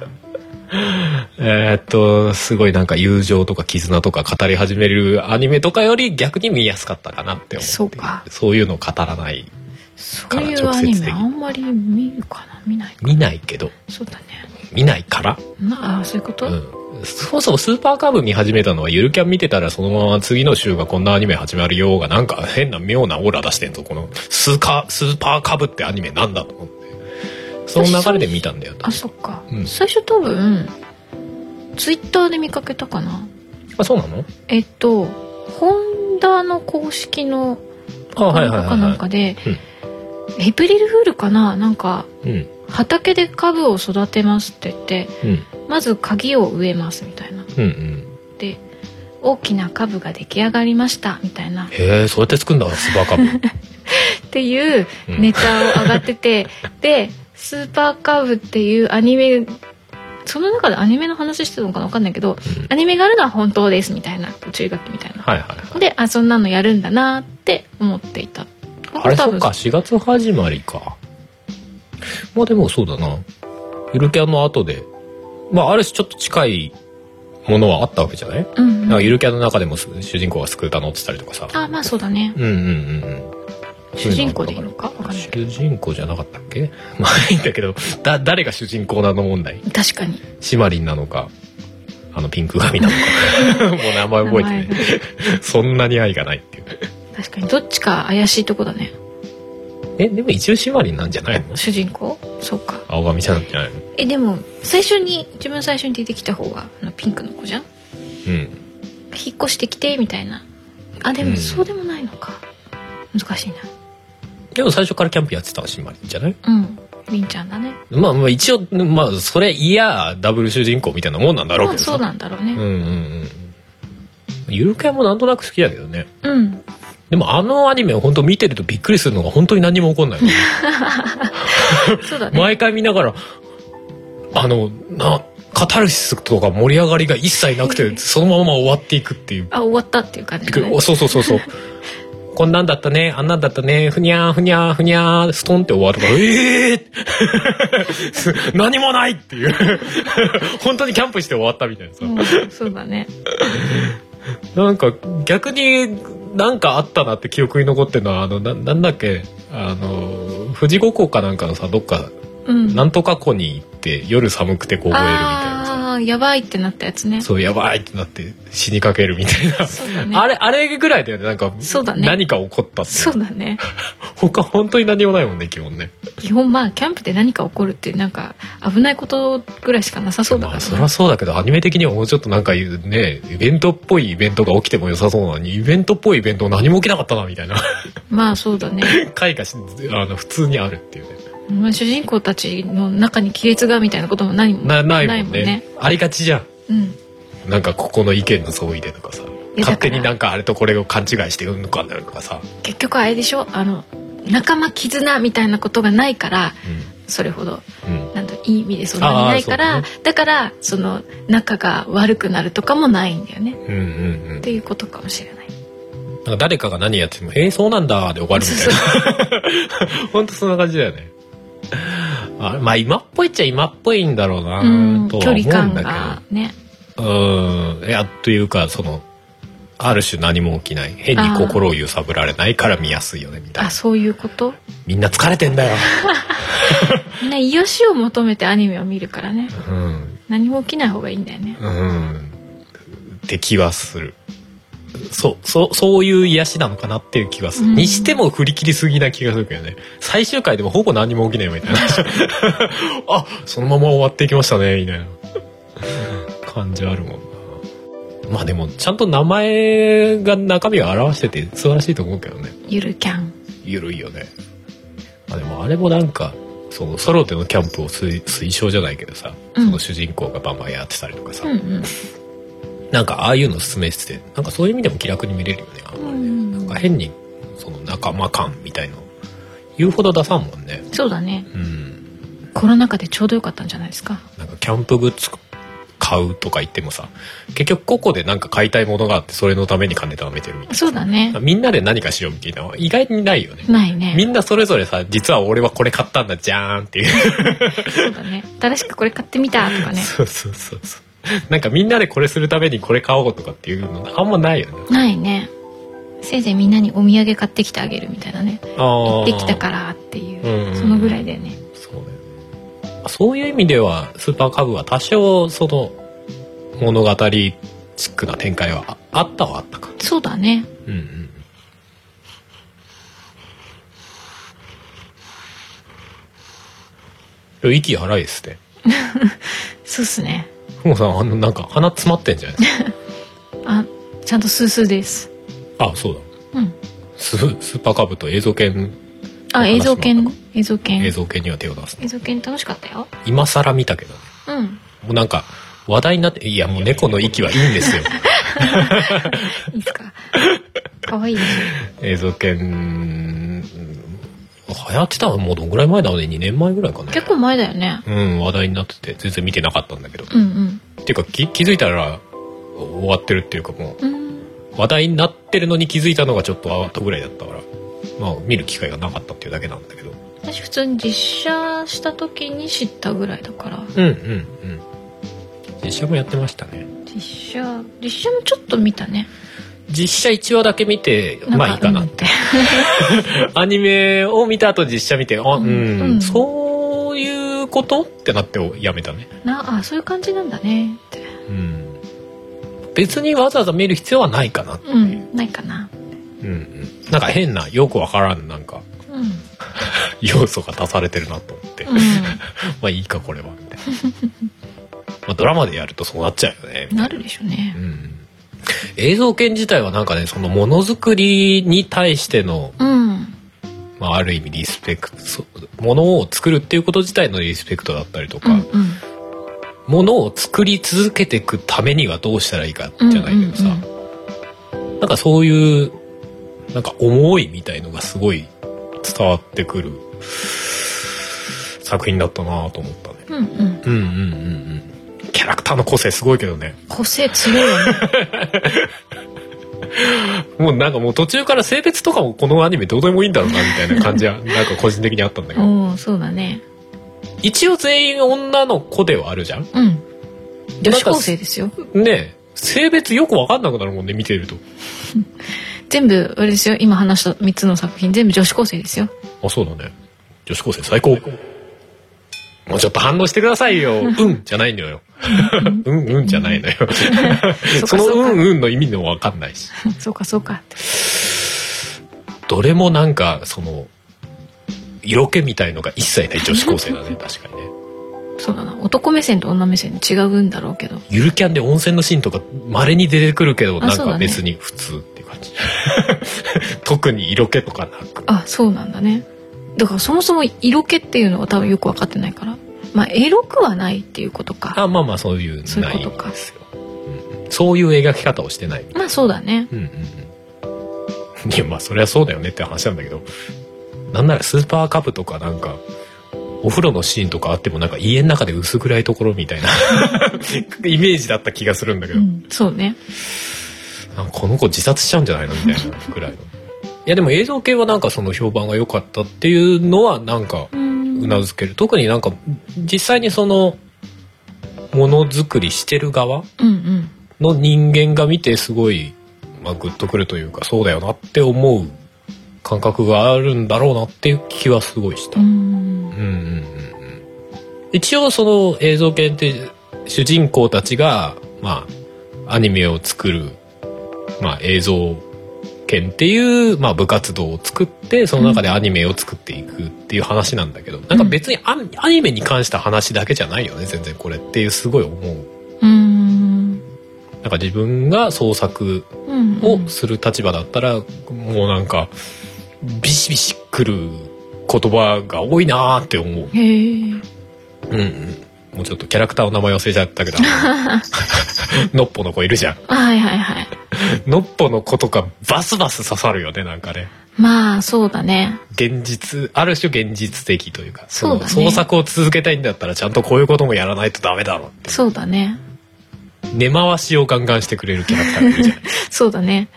B: えーっと、すごいなんか友情とか絆とか語り始めるアニメとかより逆に見やすかったかなって思って。
C: そうか
B: そういうのを語らない。
C: そういうアニメあんまり見るかな見ない
B: 見ないけど、
C: そうだね
B: 見ないから。
C: なあそういうこと、
B: うん。そもそもスーパーカブ見始めたのはゆるキャン見てたらそのまま次の週がこんなアニメ始まるようがなんか変な妙なオーラ出してんぞ。このスーカスーパーカブってアニメなんだと思って。その流れで見たんだよ。
C: あそっか、
B: うん
C: 最初多分ツイッターで見かけたかな
B: あ、そうなの
C: えっとホンダの公式の
B: あ、はいはい
C: か
B: はい、
C: な
B: は
C: んかで、
B: うん
C: エイプリルフールかななんか
B: い。うん。
C: 畑で株を育てますって言って
B: うん。
C: まず鍵を植えますみたいな
B: うんうん。
C: で大きな株が出来上がりましたみたいな
B: へえ、そうやって作るんだ、スーパ ーカブ。
C: っていう
B: うん
C: ネタを上がってて、で「スーパーカーブ」っていうアニメその中でアニメの話してたのかな分かんないけど、アニメがあるのは本当ですみたいな注意書きみたいな。
B: はいはいはい。
C: であそんなのやるんだなって思っていた。
B: あれそっ
C: 多
B: か
C: 分
B: 4月始まりかまあでもそうだなゆるキャンの後でまあある種ちょっと近いものはあったわけじゃない、
C: うんうん
B: なんかゆるキャンの中でも主人公が救うたのってたりとかさ
C: あまあそうだね
B: うんうんうんうん
C: 主人公でいいのか分かんないけ
B: 主人公じゃなかったっけ まあいいんだけどだ誰が主人公なの問題
C: ど確かに
B: シマリンなのかあのピンク髪なのか もう名前覚えてない
C: 名
B: そんなに愛がないっていう
C: 確かにどっちか怪しいとこだね
B: えでも一応シマリンなんじゃないの
C: 主人公そうか
B: 青髪ちゃんじゃないの
C: えでも最初に自分最初に出てきた方があのピンクの子じゃん
B: うん
C: 引っ越してきてみたいなあで
B: う
C: も
B: ん
C: そうでもないのか、難しいな
B: でも最初からキャンプやってたしまりんじゃない
C: うんりんちゃんだね
B: まあまあ一応まあそれいやダブル主人公みたいなもんなんだろう
C: ま
B: け
C: あ
B: ど
C: そう
B: さ
C: なんだろう
B: うん
C: ね
B: うんうんゆるキャンもなんとなく好きだけどね
C: うん
B: でもあのアニメを本当見てるとびっくりするのが本当に何も起こんない
C: そうだね
B: 毎回見ながらあのなカタルシスとか盛り上がりが一切なくてそのまま終わっていくっていう
C: あ終わったっていう感
B: び
C: じ
B: っく
C: だ
B: り
C: ね
B: おそうそうそうそうこんなんだったねあんなんだったねふにゃーふにゃーふにゃーストンって終わるからええー、す何もないって いう 本当にキャンプして終わったみたいなさ、
C: うんそうだね
B: なんか逆になんかあったなって記憶に残ってるのはあのななんだっけあの富士五湖かなんかのさどっか
C: うん
B: なんとか湖に行って夜寒くて凍えるみたいなさ
C: ああーやばいってなったやつね
B: そうやばいってなって死にかけるみたいな、
C: そうだね
B: あれあれぐらいだよねなんか
C: そうだね
B: 何か起こったっていう
C: そうだね
B: 他本当に何もないもんね基本ね
C: 基本まあキャンプで何か起こるってなんか危ないことぐらいしかなさそうだ
B: まあ
C: から
B: そりゃそうだけどアニメ的にはもうちょっとなんかねイベントっぽいイベントが起きても良さそうなのにイベントっぽいイベント何も起きなかったなみたいな
C: まあそうだね
B: 回がしあの普通にあるっていうね
C: まあ主人公たちの中に亀裂がみたいなことも何も
B: なないもんね
C: ないもんね
B: ありがちじゃん
C: うん
B: なんかここの意見の相違でとかさ
C: やだから
B: 勝手になんかあれとこれを勘違いしてうんぬかんなるとかさ、
C: 結局あれでしょあの仲間絆みたいなことがないからそれほど
B: うんうん
C: なんだいい意味でそんなにないから
B: あ
C: だ,、
B: ーそ
C: からその仲が悪くなるとかもないんだよね
B: うんうんうん
C: っていうことかもしれない。
B: なんか誰かが何やっても「えー、そうなんだ」で終わるみたいな
C: そう
B: 本当そんな感じだよね。あまあ今っぽいっちゃ今っぽいんだろうな
C: うん
B: と
C: 距
B: は
C: 離
B: 思う
C: 感
B: ん
C: が
B: だ
C: ね
B: けど。うん。いやというかそのある種何も起きない変に心を揺さぶられないから見やすいよねみたい
C: あ
B: な。
C: そういうこと
B: みんな疲れてんだよ。
C: みんな癒しを求めてアニメを見るからね
B: うん
C: 何も起きない方がいいんだよね。
B: うん。って気はする。そうそうそういう癒しなのかなっていう気がする、
C: うん
B: にしても振り切りすぎな気がするけどね最終回でもほぼ何も起きないみ たいなあそのまま終わっていきましたねみたいな感じあるもんなまあでもちゃんと名前が中身を表してて素晴らしいと思うけどね
C: ゆるキャン
B: ゆるいよね、まあ、でもあれもなんかそのソロでのキャンプを推推奨じゃないけどさ、
C: うん
B: その主人公がバンバンやってたりとかさ、
C: うん
B: なんかああいうの勧めててなんかそういう意味でも気楽に見れるよねあん
C: うん
B: ま
C: う
B: りね、
C: ん
B: なんか変にその仲間感みたいの言うほど出さんもんね
C: そうだね
B: うん
C: コロナ禍でちょうどよかったんじゃないですか
B: なんかキャンプグッズ買うとか言ってもさ結局個々でなんか買いたいものがあってそれのために金貯めてるみたい
C: そうだね
B: なみんなで何かしようみたいなのは意外にないよね
C: ないね
B: みんなそれぞれさ実は俺はこれ買ったんだじゃーんっていう、
C: そうだね新しくこれ買ってみたとか ね
B: そうそうそうそうなんかみんなでこれするためにこれ買おうとかっていうのあんまないよね
C: ないねせいぜいみんなにお土産買ってきてあげるみたいなね
B: 行
C: 行ってきたからっていううんそのぐらいだよね
B: そうだよねそういう意味ではスーパーカブは多少その物語チックな展開はああったはあったか
C: そうだね
B: うんうんいや息荒いですね
C: そうっすね
B: ふもさんあのなんか鼻詰まってんじゃないですか
C: あちゃんとスースーです
B: あそうだ
C: うん
B: ススーパーカブと映像犬
C: あ映像
B: 話
C: 犬
B: も
C: 映像犬
B: 映
C: 映像
B: 像犬には手を出すね
C: 犬楽しかったよ
B: 今更見たけどね
C: うん
B: もうなんか話題になっていやもう猫の息はいいんですよ
C: いいっ すかかわいいでし
B: 映像犬流行ってたのもうどんぐらい前だろうね2年前ぐらいか
C: ょ
B: な
C: 結構前だよね
B: うん話題になってて全然見てなかったんだけど、
C: うんうん
B: っていうかき気づいたら終わってるっていうかも
C: うん
B: う話題になってるのに気づいたのがちょっと後ぐらいだったからまあ見る機会がなかったっていうだけなんだけど
C: 私普通に実写した時に知ったぐらいだから
B: うんうんうん実写もやってましたね
C: 実写実写もちょっと見たね
B: 実写1話だけ見て
C: ん
B: まあいいかな
C: う
B: っ
C: んって
B: アニメを見た後実写見てあうん、
C: うん
B: そういうことってなってやめたね
C: なあそういう感じなんだねって
B: うん別にわざわざ見る必要はないかな、
C: うんないかな
B: うんうん、なんか変なよくわからんなんか
C: うんうん
B: 要素が足されてるなと思って、 まあいいかこれはみたいな まあドラマでやるとそうなっちゃうよね、
C: なるでしょう
B: う
C: ね
B: ん、映像研自体はなんかねそのものづくりに対しての
C: うん
B: まあ、ある意味リスペクトそ物を作るっていうこと自体のリスペクトだったりと
C: うん
B: か、物を作り続けていくためにはどうしたらいいかじゃないけどさ、
C: うんうん
B: なんかそういうなんか思いみたいのがすごい伝わってくる作品だったなと思ったね。
C: うんうんうん
B: うんうんうんうん。キャラクターの個性すごいけどね。
C: 個性強いよ ね
B: もうなんかもう途中から性別とかもこのアニメどうでもいいんだろうなみたいな感じ はなんか個人的にあったんだけど。
C: おおそうだね
B: 一応全員女の子ではあるじゃん
C: うん女子
B: なんか
C: 高生ですよ
B: ねえ性別よくわかんなくなるもんね見てると。
C: 全部あれですよ今話した3つの作品全部女子高生で すよ
B: あ、そうだね。女子高生最高。もうちょっと反応してくださいよ。うんじゃないのよ。うんうんじゃないのよ。
C: か
B: その
C: そう
B: う
C: か
B: んうんの意味のわかんないし。
C: そうかそうか
B: どれもなんか、その、色気みたいのが一切ない女子高生 だね、確かにね。
C: そうだな男目線と女目線違うんだろうけど
B: ゆるキャンで温泉のシーンとか稀に出てくるけど、
C: あ
B: なん
C: そう
B: か
C: だね
B: 別に普通っていう感じ。 特に色気とかなく。
C: あそうなんだねだからそもそも色気っていうのが多分よく分かってないからまあエロくはないっていうことか
B: あ、まあまあそういう、
C: そう
B: ないいう
C: ことか
B: ですよ。うんそういう描き方をしてない。
C: まあそうだね
B: うんうんうん。いや、まあ、そりゃそうだよねって話なんだけど、なんならスーパーカブとかなんか、お風呂のシーンとかあってもなんか家の中で薄暗いところみたいな イメージだった気がするんだけ
C: う
B: ど、
C: んそうね
B: あこの子自殺しちゃうんじゃないのみたいなぐらいの。いやでも映像系はなんかその評判が良かったっていうのはなんか
C: うん
B: うなずける。特になんか実際にそのものづくりしてる側
C: うんうん
B: の人間が見てすごい、まあ、グッとくるというかそうだよなって思う感覚があるんだろうなっていう気はすごいした。
C: う
B: うん
C: ん
B: うんうんうん、一応その映像系って主人公たちが、まあ、アニメを作る、まあ、映像研っていう、まあ、部活動を作ってその中でアニメを作っていくっていう話なんだけど、なんか別にアニアニメに関した話だけじゃないよね全然これっていうすごい思う。
C: うん
B: なんか自分が創作
C: うん
B: をする立場だったら、もうなんかビシビシくる言葉が多いなーって思う。
C: へえ
B: うんうん。もうちょっとキャラクターの名前忘れちゃったけ ど、のっぽの子いるじゃん。
C: あはいはいはい
B: のっぽの子とかバスバス刺さるよね、なんかね。
C: まあそうだね
B: 現実、ある種現実的というか、その
C: そうだね
B: 創作を続けたいんだったらちゃんとこういうこともやらないとダメだろうって。
C: そうだね
B: 根回しをガンガンしてくれるキャラクターがいるじゃん。
C: そうだね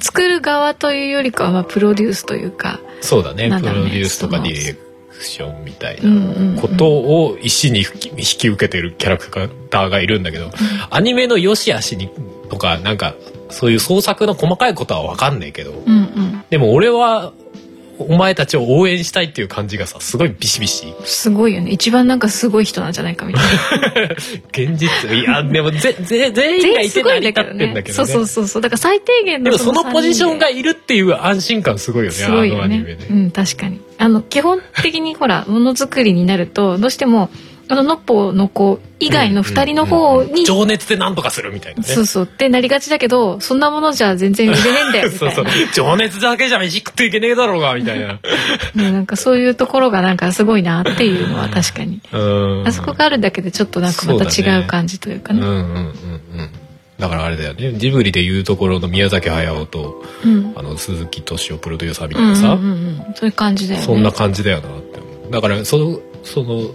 C: 作る側というよりかはまあプロデュースというか
B: そうだね
C: なん
B: プ
C: だ
B: ロ
C: ろう
B: デ
C: ね
B: ュースとか
C: その
B: ディレクションみたい
C: うんうん
B: な
C: う
B: んことを石に引き引き受けてるキャラクターがいるんだけどアニメの良し悪しにとかなんかそういう創作の細かいことは分かんねえけど
C: うんうん
B: でも俺はお前たちを応援したいっていう感じがさすごいビシビシ
C: すごいよね一番なんかすごい人なんじゃないかみたいな
B: 現実いやでもぜぜ全員が いて成り立ってんだけどね
C: そうそうそうそうだから最低限
B: で
C: の
B: もその
C: 3
B: ポジションが
C: 人
B: いるっていう安心感すごいよ
C: で
B: ね
C: すごい
B: あの
C: よ
B: ア
C: ね
B: ニメね、
C: うん確かにあの基本的に ほらものづくりになるとどうしてもあのノッポの子以外の2人の方に、
B: 情熱でなんとかするみたいなね
C: そうそうってなりがちだけどそんなものじゃ全然売れねえんだよみ た
B: そう
C: い
B: そう
C: な。
B: 情熱だけじゃ飯食っていけねえだろうが、みたいな。
C: うんなんかそういうところがなんかすごいなっていうのは確かに
B: うん
C: あそこがあるだけでちょっとなんかまた
B: そうだ
C: 違
B: ね
C: う感じというか
B: うんう
C: ね
B: んうんうん。だからあれだよね。ジブリでいうところの宮崎駿と、
C: うん
B: あの、鈴木敏夫プロデューサーみた
C: う
B: い
C: んう
B: なんさ、
C: うんうんそういう感じだよね
B: そんな感じだよなって思う。だから、その、その、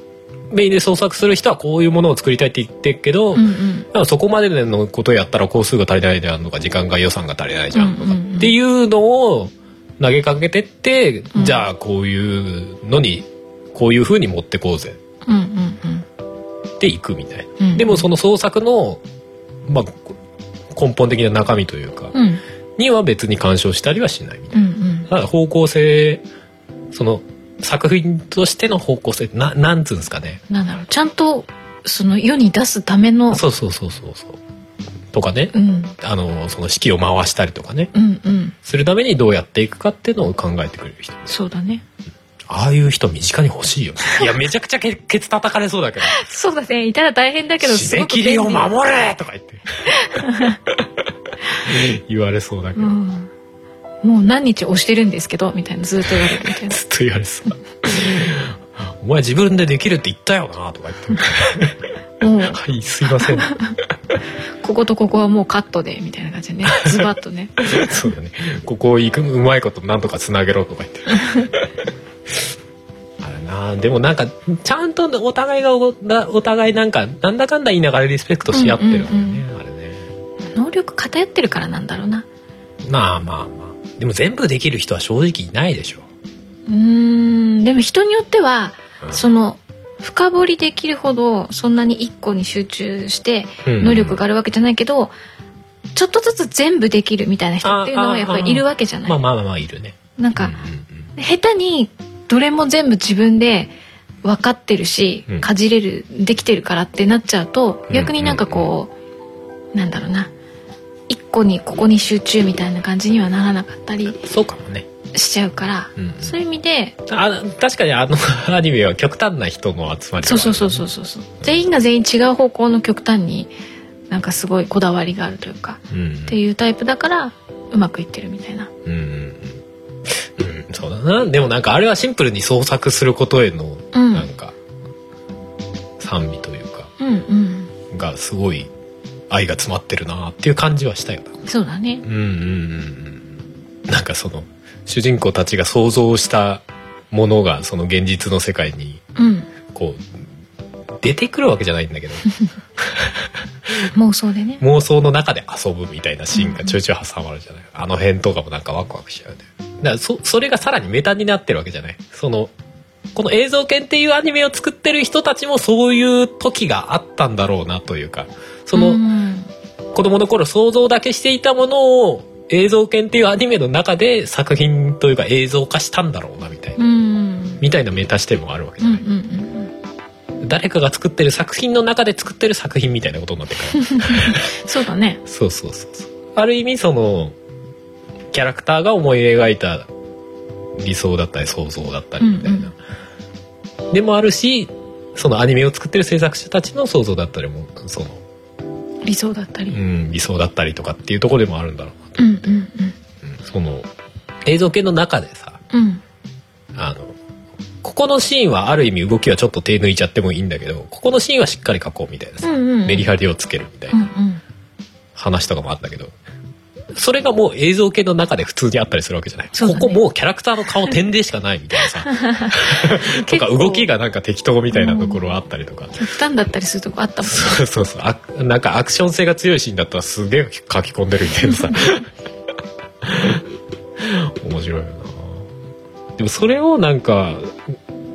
B: メインで創作する人はこういうものを作りたいって言ってるけど、
C: うんうん
B: だからそこまでのことやったら工数が足りないであるのか時間が予算が足りないじゃんとか
C: うんうんうん
B: っていうのを投げかけてって、
C: うん
B: じゃあこういうのにこういう風に持ってこうぜ
C: うんうん
B: っていくみたいな。
C: うんうん
B: でもその創作の、まあ、こ根本的な中身というか、
C: うん
B: には別に干渉したりはしないみたい
C: うんうん
B: な。ただ方向性その作品としての方向性ってななんつうんですかね
C: なんだろうちゃんとその世に出すための
B: そうそうそうそうそうとかね、
C: うん
B: あのその式を回したりとかね
C: うんうん
B: するためにどうやっていくかっていうのを考えてくれる人
C: そうだね
B: ああいう人身近に欲しいよねいやめちゃくちゃケ ケツ叩かれそうだけど
C: そうだねいたら大変だけどす
B: 締
C: ご
B: め
C: く便
B: 切
C: 利
B: りを守 れとか言って言われそうだけ
C: う
B: ど、
C: んもう何日押してるんですけどみたいなずっと言われるみたいな
B: ずっと言われてさ「お前自分でできるって言ったよな」とか言って
C: もう
B: 「はいすいません」
C: こことここはもうカットでみたいな感じでねズバッとね
B: そうだねここを行くうまいことなんとかつなげろとか言ってあれなでもなんかちゃんとお互いがおお互いなんかなんだかんだ言いながらリスペクトし合ってるもんね、
C: う
B: あれね
C: 能力偏ってるからなんだろうな
B: まあまあまあでも全部できる人は正直いないでしょ
C: うーんでも人によっては
B: うん
C: その深掘りできるほどそんなに一個に集中して
B: うん
C: 能力があるわけじゃないけど、ちょっとずつ全部できるみたいな人っていうのはやっぱりいるわけじゃない。
B: まあまあまあまあいるね
C: なん
B: う
C: か
B: んうん
C: 下手にどれも全部自分で分かってるし、
B: うん
C: かじれるできてるからってなっちゃうと
B: うん
C: 逆になんかこう、なんだろうな一個にここに集中みたいな感じにはならなかったり
B: うんそうかもね
C: しちゃうから、
B: うん
C: そういう意味で
B: あ確かにあの アニメは極端な人の集まりだから
C: そうそうそうそうそうそう全員が全員違う方向の極端になんかすごいこだわりがあるというか
B: うん
C: っていうタイプだからうまくいってるみたいな
B: うんうんうん、うん、そうだなでもなんかあれはシンプルに創作することへの
C: うん
B: なんか賛美というか
C: うんうん
B: がすごい愛が詰まってるなっていう感じはしたよな
C: そうだね
B: うんうんうんうんなんかその主人公たちが想像したものがその現実の世界に
C: うん
B: こう出てくるわけじゃないんだけど
C: 妄想でね
B: 妄想の中で遊ぶみたいなシーンがちょいちょい挟まるじゃないあの辺とかもなんかワクワクしちゃうねだからそそれがさらにメタになってるわけじゃないそのこの映像犬っていうアニメを作ってる人たちもそういう時があったんだろうなというかその、
C: うん
B: 子供の頃想像だけしていたものを映像犬っていうアニメの中で作品というか映像化したんだろうなみたいな、
C: うんうん
B: みたいなメタ視点もあるわけ
C: う
B: じゃ
C: ん
B: ない、
C: うんうん
B: 誰かが作ってる作品の中で作ってる作品みたいなことになってるから
C: そうだね
B: そうそうそうそうある意味そのキャラクターが思い描いた理想だったり想像だったりみたいな、でもあるしそのアニメを作ってる制作者たちの想像だったりもその、
C: 理想だった
B: う
C: り
B: ん、理想だったりとかっていうところでもあるんだろうな
C: うんうん
B: その映像系の中でさ
C: うんうん
B: あのここのシーンはある意味動きはちょっと手抜いちゃってもいいんだけどここのシーンはしっかり書こうみたいなさ、
C: うんうん
B: メリハリをつけるみたい
C: うんう
B: なん話とかもあったけどそれがもう映像系の中で普通にあったりするわけじゃない、
C: そうだ
B: こ
C: ね
B: こもうキャラクターの顔点でしかないみたいな さとか
C: 結構
B: 動きがなんか適当みたいなところあったりとか、
C: 極端だったりするとこあったもん
B: そうそうそうあなんかアクション性が強いシーンだったらすげえ書き込んでるみたいなさ 面白いよなでもそれをなんか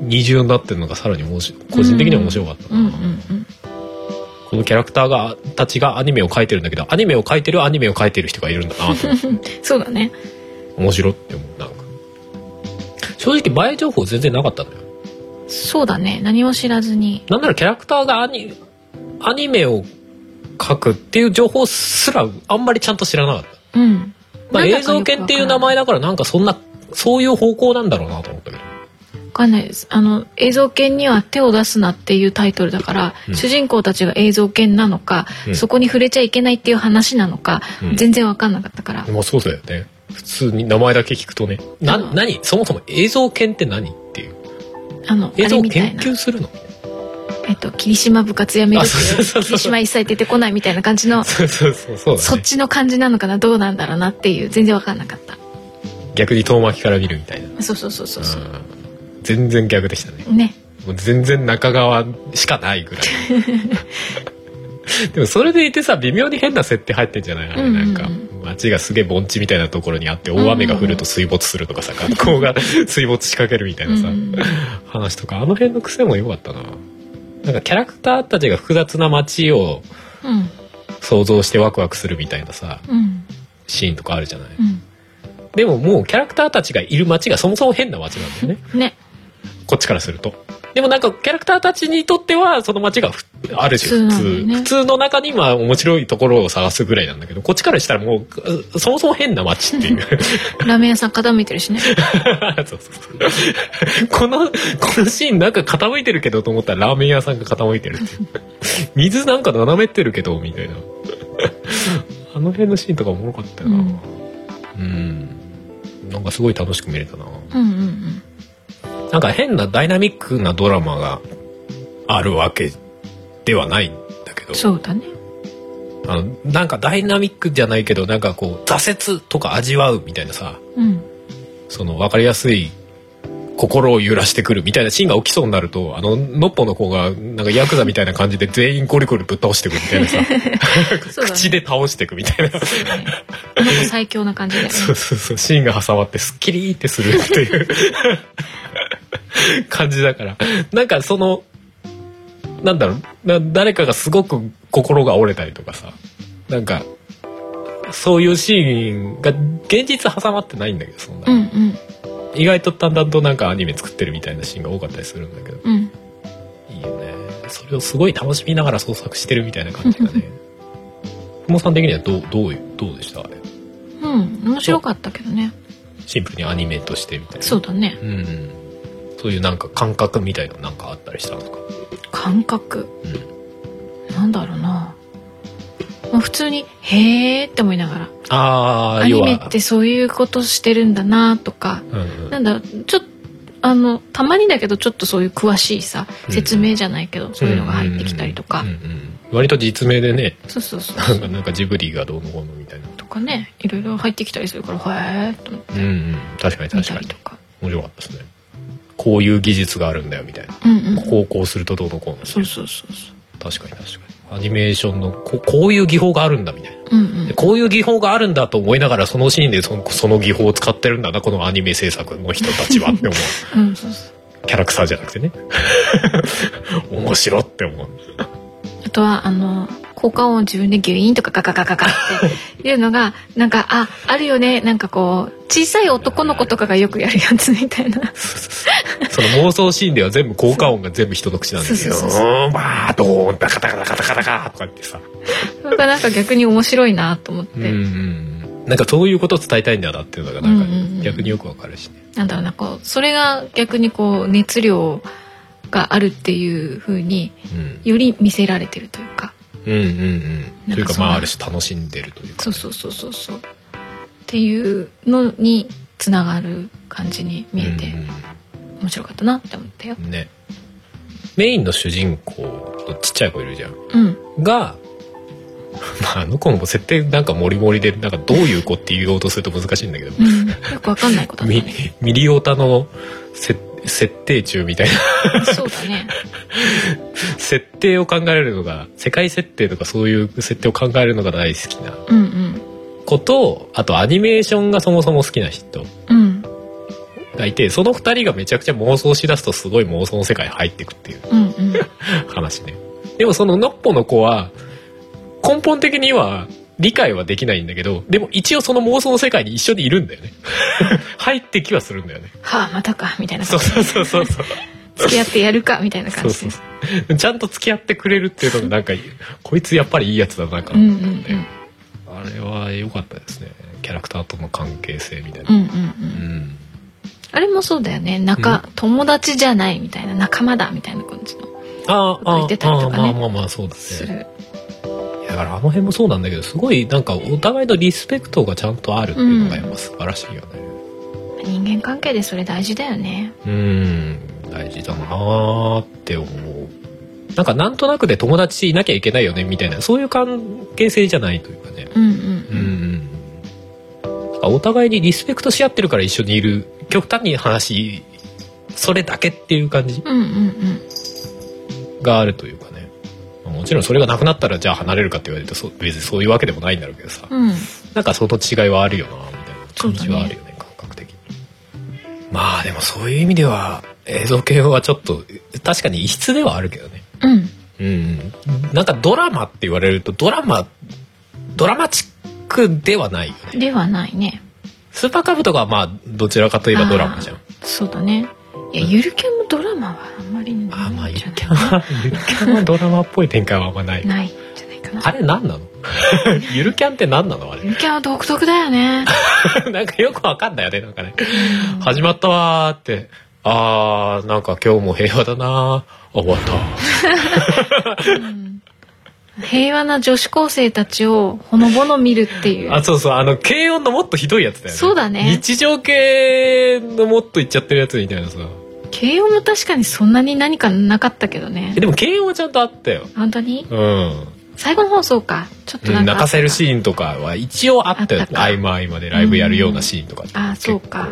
B: 二重になってるのがさらに面白い個人的には面白かったな、
C: うんうんうん
B: このキャラクターがたちがアニメを描いてるんだけどアニメを描いてるアニメを描いてる人がいるんだなと思って
C: そうだね
B: 面白って思うなんか正直前情報全然なかったんだよ
C: そうだね何も知らずに
B: なんならキャラクターがアニアニメを描くっていう情報すらあんまりちゃんと知らなかった
C: うん
B: まあ、
C: なんだ
B: 映
C: かよ
B: 像
C: くわか
B: 犬
C: らな
B: っていう名前だからなんかそんなそういう方向なんだろうなと思ったけど
C: わかんないですあの映像犬には手を出すなっていうタイトルだから、
B: うん
C: 主人公たちが映像犬なのか、
B: うん
C: そこに触れちゃいけないっていう話なのか、
B: うん
C: 全然わかんなかったから、
B: まあそうだよね普通に名前だけ聞くとねな
C: うん
B: 何そもそも映像犬って何っていう
C: あのあ
B: 映像
C: れ
B: を
C: みた
B: 研
C: いな
B: 究するの
C: えっと霧島部活やめるって
B: あそう
C: い
B: そううそう
C: 霧島一切出てこないみたいな感じ の
B: そうそうそうそうだ
C: そっ
B: ね
C: ちの感じなのかなどうなんだろうなっていう全然わかんなかった
B: 逆に遠巻きから見るみたいな
C: そうそうそうそうそう
B: うん全然逆でしたね
C: ね
B: もう全然中側しかないぐらいでもそれでいてさ微妙に変な設定入ってんじゃないあれ
C: うんうん
B: な
C: うん
B: んか街がすげえ盆地みたいなところにあって大雨が降ると水没するとかさ学校が水没しかけるみたいなさ
C: うん
B: 話とかあの辺の癖も良かったななんかキャラクターたちが複雑な街を
C: うん
B: 想像してワクワクするみたいなさ
C: うん
B: シーンとかあるじゃない
C: うん
B: でももうキャラクターたちがいる街がそもそも変な街なんだよね
C: ね
B: こっちからすると。でもなんかキャラクターたちにとってはその街がふある種普
C: 普通なんだよ
B: 通,、
C: ね
B: 普通の中にまあ面白いところを探すぐらいなんだけどこっちからしたらもううそもそも変な街っていう
C: ラーメン屋さん傾いてるしね
B: そうそうそうこのこのシーンなんか傾いてるけどと思ったらラーメン屋さんが傾いてるっていう水なんか斜めってるけどみたいなあの辺のシーンとかおもろかったよな
C: うん
B: うんなんかすごい楽しく見れたな
C: うんうんうん
B: なんか変なダイナミックなドラマがあるわけではないんだけど
C: そうだね
B: あのなんかダイナミックじゃないけどなんかこう挫折とか味わうみたいなさ
C: うん
B: その分かりやすい心を揺らしてくるみたいなシーンが起きそうになるとあのノッポの子がなんかヤクザみたいな感じで全員ゴリゴリぶっ倒してくみたいなさ
C: そうだね
B: 口で倒してくみたいな
C: そうだねあの子最強な感じだよね
B: そうそうそうシーンが挟まってスッキリってするっていう感じだからなんかそのなんだろうな誰かがすごく心が折れたりとかさなんかそういうシーンが現実挟まってないんだけどそんな、
C: うんうん
B: 意外とだんだんとなんかアニメ作ってるみたいなシーンが多かったりするんだけど
C: うん
B: いいよねそれをすごい楽しみながら創作してるみたいな感じがね ふもさん的にはどうどういうどうでしたあれ
C: うん面白かったけどね
B: シンプルにアニメとしてみたいな
C: そうだね
B: うん、そういうなんか感覚みたいなのなんかあったりしたんですか
C: 感覚なんだろうな、まあ、普通に「へーって思いながら
B: あ
C: アニメってそういうことしてるんだなとか
B: うんうん
C: なんだろうちょっとあのたまにだけどちょっとそういう詳しいさ
B: うん
C: 説明じゃないけど、そういうのが入ってきたりとか、
B: うんうん割と実名でね
C: そうそうそう
B: なんかなんかジブリがどうのこうのみたいな
C: とかねいろいろ入ってきたりするからへえと思って
B: うんうん確かに
C: 見
B: 確
C: た
B: か
C: り
B: に
C: とか
B: 面白かったですねこういう技術があるんだよみたいな
C: うんうん
B: こうこうするとどうのこうの
C: そうそうそうそ
B: 確かに確かにアニメーションのここういう技法があるんだみたいな
C: ううんうん
B: でこういう技法があるんだと思いながらそのシーンでそのその技法を使ってるんだなこのアニメ制作の人たちはって思う
C: うんそうそう
B: キャラクターじゃなくてね面白って思う
C: あとはあの効果音を自分でギュイーンとかガガガガガっていうのが なんかああるよねなんかこう小さい男の子とかがよくやるやつみたいな
B: その妄想シーンでは全部効果音が全部人の口なんですよ
C: そううそうそう
B: ーんまあドーンダカダカダカダカダカとか言ってさ
C: それがなんか逆に面白いなと思って、
B: うんうんなんかそういうことを伝えたいんだなっていうのがなんか
C: うんうんうん
B: 逆によくわかるしね
C: なんだろうなこうそれが逆にこう熱量があるっていう風に
B: うん
C: より見せられてるというか
B: うんうんうん
C: なんか
B: というか
C: そう
B: ま
C: な
B: あある種楽しんでるというか
C: そうそうそうそうそうっていうのにつながる感じに見えて
B: うん
C: 面白かったなって思ったよ。
B: うんねメインの主人公のちっちゃい子いるじゃん
C: うん、
B: が、まあ、あの子も設定なんかモリモリでなんかどういう子って言おうとすると難しいんだけど
C: うん、よくわかんないことだ
B: ミ
C: ね。
B: ミリオタのせ設定中みたいな
C: そうだね。
B: 設定を考えるのが世界設定とかそういう設定を考えるのが大好きな
C: うんうん
B: 子とあとアニメーションがそもそも好きな人
C: うん
B: がいてその2人がめちゃくちゃ妄想しだすとすごい妄想の世界に入ってくっていう
C: うんうん
B: 話ね。でもそのノッポの子は根本的には理解はできないんだけどでも一応その妄想の世界に一緒にいるんだよね 入ってきはするんだよね
C: はあまたかみたいな
B: そ
C: 感
B: う
C: じ
B: そうそうそうそう
C: 付き合ってやるかみたいな
B: そ
C: 感
B: う
C: じ
B: そ
C: で
B: うそう ちゃんと付き合ってくれるっていうのがなんかこいつやっぱりいいやつだなか、
C: うんうんうん
B: あれは良かったですねキャラクターとの関係性みたいな
C: うんうんう
B: うんん
C: あれもそうだよね仲、友達じゃないみたいな仲間だみたいな感じの
B: あーあ
C: 言っ
B: ー、
C: てたり
B: あ
C: と
B: ー
C: かね
B: まあまあまあそうだ
C: す
B: ね
C: る
B: いやだからあの辺もそうなんだけどすごいなんかお互いのリスペクトがちゃんとあるっていうのがやっぱ素晴らしいよね
C: 人間関係でそれ大事だよね
B: うん大事だなーって思うなんかなんとなくで友達いなきゃいけないよねみたいなそういう関係性じゃないというかね
C: うんう
B: うん
C: ん
B: なんかお互いにリスペクトし合ってるから一緒にいる極端に話それだけっていう感じ
C: うんうんうん
B: があるというかねまあもちろんそれがなくなったらじゃあ離れるかって言われるとそう別にそういうわけでもないんだろうけどさ
C: うん
B: なんかその違いはあるよなみたいな感じはあるよね感覚的にまあでもそういう意味では映像系はちょっと確かに異質ではあるけどね
C: うん
B: うんなんかドラマって言われるとドラマドラマチックではないよね
C: ではないね
B: スーパーカブとかはまあどちらかといえばドラマじゃん
C: あーそうだねいやゆるキャンもドラマはあんまり
B: ああま
C: な
B: あ
C: いん
B: ゆ
C: じゃ
B: る
C: ない
B: キャンはゆるキャン はドラマっぽい展開はあんまない
C: ないんじゃないか
B: あ
C: な
B: れ何なの ゆるキャンって何なのあれ
C: ゆるキャンは独特だよね
B: なんかよくわかんないよね、なんかね。始まったわーって。あー、なんか今日も平和だなー。あ終わった。
C: うん平和な女子高生たちをほのぼの見るっていう
B: あ、そうそう、あの、軽音のもっとひどいやつだよね。
C: そうだね
B: 日常系のもっといっちゃってるやつみたいなさ。
C: 慶応も確かにそんなに何かなかったけどね
B: えでも軽音はちゃんとあったよ。
C: 本当に
B: うん。
C: 最後の放送かちょっと
B: う
C: なんんか
B: 泣かせるシーンとかは一応あったよ
C: あったか
B: 合間合間でライブやるようなシーンとかって
C: あそうか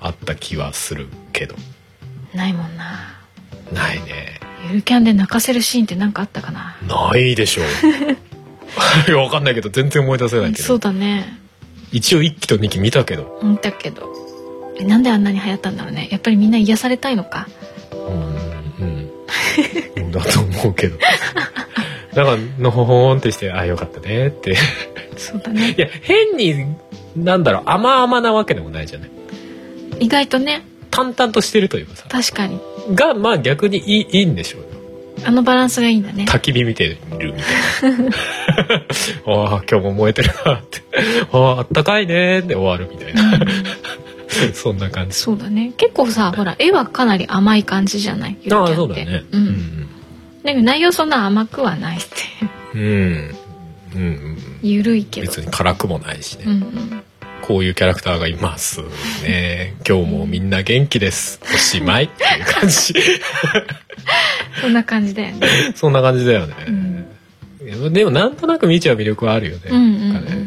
B: あった気はするけど
C: ないもんな
B: ないね
C: ゆるキャンで泣かせるシーンって何かあったかな
B: ないでしょう いやわかんないけど全然思い出せないけ
C: そう
B: ど
C: だね
B: 一応1期と2期見たけど、
C: 見たけどえなんであんなに流行ったんだろうねやっぱりみんな癒されたいのか
B: うんうん だと思うけどだからのほほんってしてあよかったねって
C: そうだね
B: いや変になんだろう甘々なわけでもないじゃない
C: 意外とね
B: 淡々としてるというかさ
C: 確かに
B: がまあ逆にいいいいんでしょうよ
C: あのバランスがいいんだ ね
B: 焚き火見てるみたいなああ今日も燃えてるなってあああったかいねーって終わるみたいな そんな感じ
C: そうだね結構さほら絵はかなり甘い感じじゃないゆるキャン
B: あ
C: って
B: あそうだよね
C: うん、だけど内容そんな甘く はないって
B: うんうん、うんうん、
C: ゆるいけど
B: 別に辛くもないしね、
C: うんうん
B: こういうキャラクターがいますね今日もみんな元気ですおしまいっていう感 じ
C: そんな感じだ よね
B: そんな感じだよね、
C: うん
B: いやでもなんとなく見ちゃう魅力はあるよね、
C: うんうんうん
B: なんかね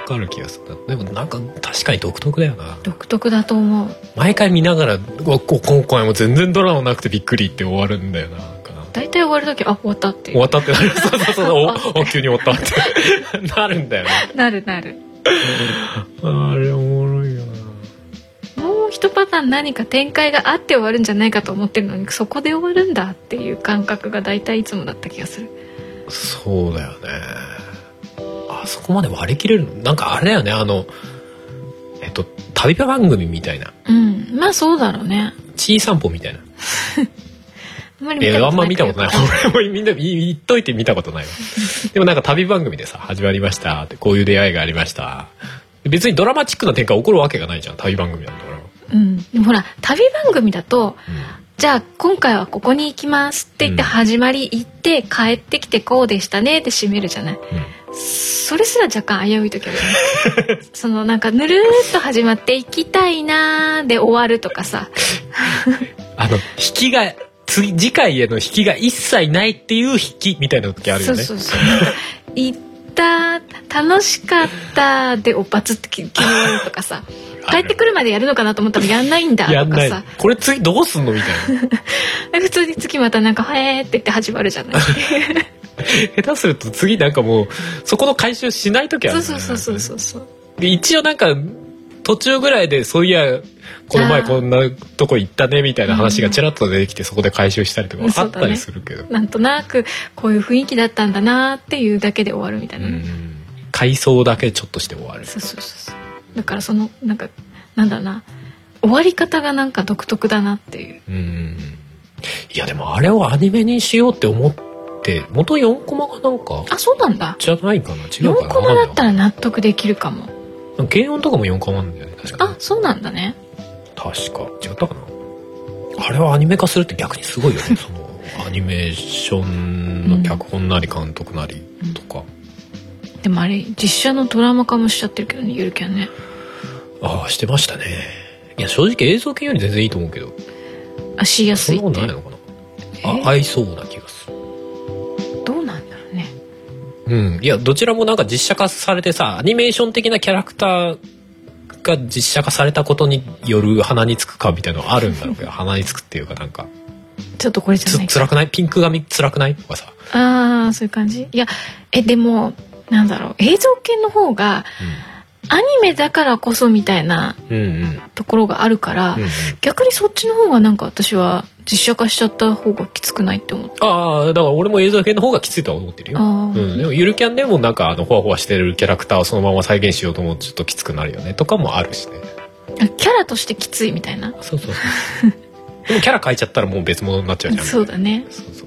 B: わかる気がするでもなんか確かに独特だよな
C: 独特だと思う
B: 毎回見ながらうわこ今回も全然ドラマなくてびっくりって終わるんだよななんか
C: 大体終わる時あ終わったってい
B: 終わ
C: う
B: ったってなるそうそうそうおお急に終わったってなるんだよね
C: なるなる
B: あれおもろいよな
C: もう一パターン何か展開があって終わるんじゃないかと思ってるのにそこで終わるんだっていう感覚が大体いつもだった気がする
B: そうだよねあそこまで割り切れるのなんかあれだよねあのえっと旅番組みたいな
C: うんまあそうだろうね
B: 「ちいさんぽ」みたいな
C: あんまり
B: いやあんま見た ことない
C: けど
B: 俺もみんな言っといて見たこと ないわでもなんか旅番組でさ「始まりました」ってこういう出会いがありました別にドラマチックな展開起こるわけがないじゃん旅番組なんだから
C: うんでもほら旅番組だとじゃあ今回はここに行きますって言って
B: うん
C: 始まり行って帰ってきてこうでしたねって締めるじゃない
B: うん
C: それすら若干危うい時あ るよねそのなんかぬるーっと始まって「行きたいな」で終わるとかさ
B: あの引きが次次回への引きが一切ないっていう引きみたいな時あるよね
C: そうそうそう行った楽しかったでおバツって切切り終わるとかさ
B: あ
C: 帰
B: る
C: ってくるまでやるのかなと思ったらやんないんだ
B: やん
C: と
B: な
C: か
B: い
C: さ
B: これ次どうすんのみたいな
C: 普通に次またなんか「へえ」って言って始まる じゃない
B: 下手すると次なんかもうそこの回収しない時ある
C: そ
B: よ
C: う
B: ね
C: そうそうそうそうそう
B: で一応なんか途中ぐらいでそういやこの前
C: あー
B: こんなとこ行ったねみたいな話がちらっと出てきてそこで回収したりとか
C: うん
B: あったりす
C: そ
B: るけど、
C: なんとなくこういう雰囲気だったんだなーっていうだけで終わるみたいな、
B: うん回想だけちょっとして終わる
C: そうそうそうそうだからそのなんかなんだろうな終わり方がなんか独特だなっていう
B: うんいやでもあれをアニメにしようって思って元4コマがなんか
C: あそうなんだ
B: じゃないかな違うか
C: 4
B: な
C: コマだった
B: ら
C: ら納得できるかも
B: 軽音とかも4コマなんだよね確か
C: あ
B: ね
C: そうなんだね
B: 確か違ったかなあれはアニメ化するって逆にすごいよねそのアニメーションの脚本なり監督なりとか、
C: でもあれ実写のドラマ化もしちゃってるけどねゆるキャンね
B: ああしてましたねいや正直映像系より全然いいと思うけど
C: あしや
B: そ
C: す
B: ん
C: い
B: な
C: っ
B: こと
C: て
B: ないのかなあ合いそうな気がする
C: どうなんだろうね
B: うんいやどちらもなんか実写化されてさアニメーション的なキャラクターが実写化されたことによる鼻につくかみたいなのあるんだ ろうけど鼻につくっていうかなんか
C: ちょっとこれじゃ
B: つ
C: ない
B: 辛くないピンク髪辛くないとかさ、
C: ああそういう感じいやえでもなんだろう映像系の方がアニメだからこそみたいな
B: うん、うんうん
C: ところがあるから、
B: うんうん
C: 逆にそっちの方がなんか私は実写化しちゃった方がきつくないって思った
B: ああだから俺も映像系の方がきついとは思ってるよ
C: あ
B: う
C: ー
B: ん、でもゆるキャンでもなんかあのほわほわしてるキャラクターをそのまま再現しようと思うとちょっときつくなるよねとかもあるしね
C: あキャラとしてきついみたいな
B: そうそうそう。でもキャラ変えちゃったらもう別物になっちゃうじゃん。
C: そうだね
B: そうそうそう。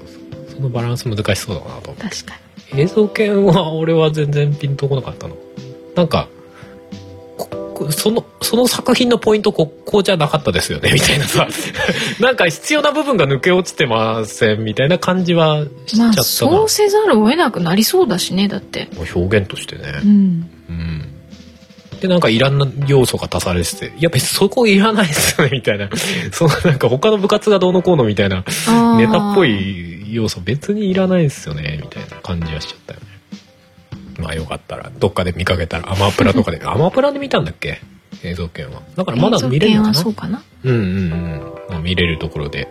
B: そのバランス難しそうだなと思
C: 確かに
B: う。映像系は俺は全然ピンとこなかったの。なんか、ここそのその作品のポイントここうじゃなかったですよねみたいなさ なんか必要な部分が抜け落ちてませんみたいな感じはしちゃ
C: ま
B: っ
C: あ
B: たな、
C: そうせざるを得なくなりそうだしねだって
B: 表現としてね、
C: うん
B: うんでなんかいらんな要素が足されてていや別にそこいらないですよねみたいなそのなんか他の部活がどうのこうのみたいな
C: あー
B: ネタっぽい要素別にいらないですよねみたいな感じはしちゃったよねまあよかったらどっかで見かけたらアマプラとか でアマプラで見たんだっけ映像券はだからまだ見れるのか
C: 映像
B: な
C: 権はそうかな
B: うんうんうんまあ見れるところで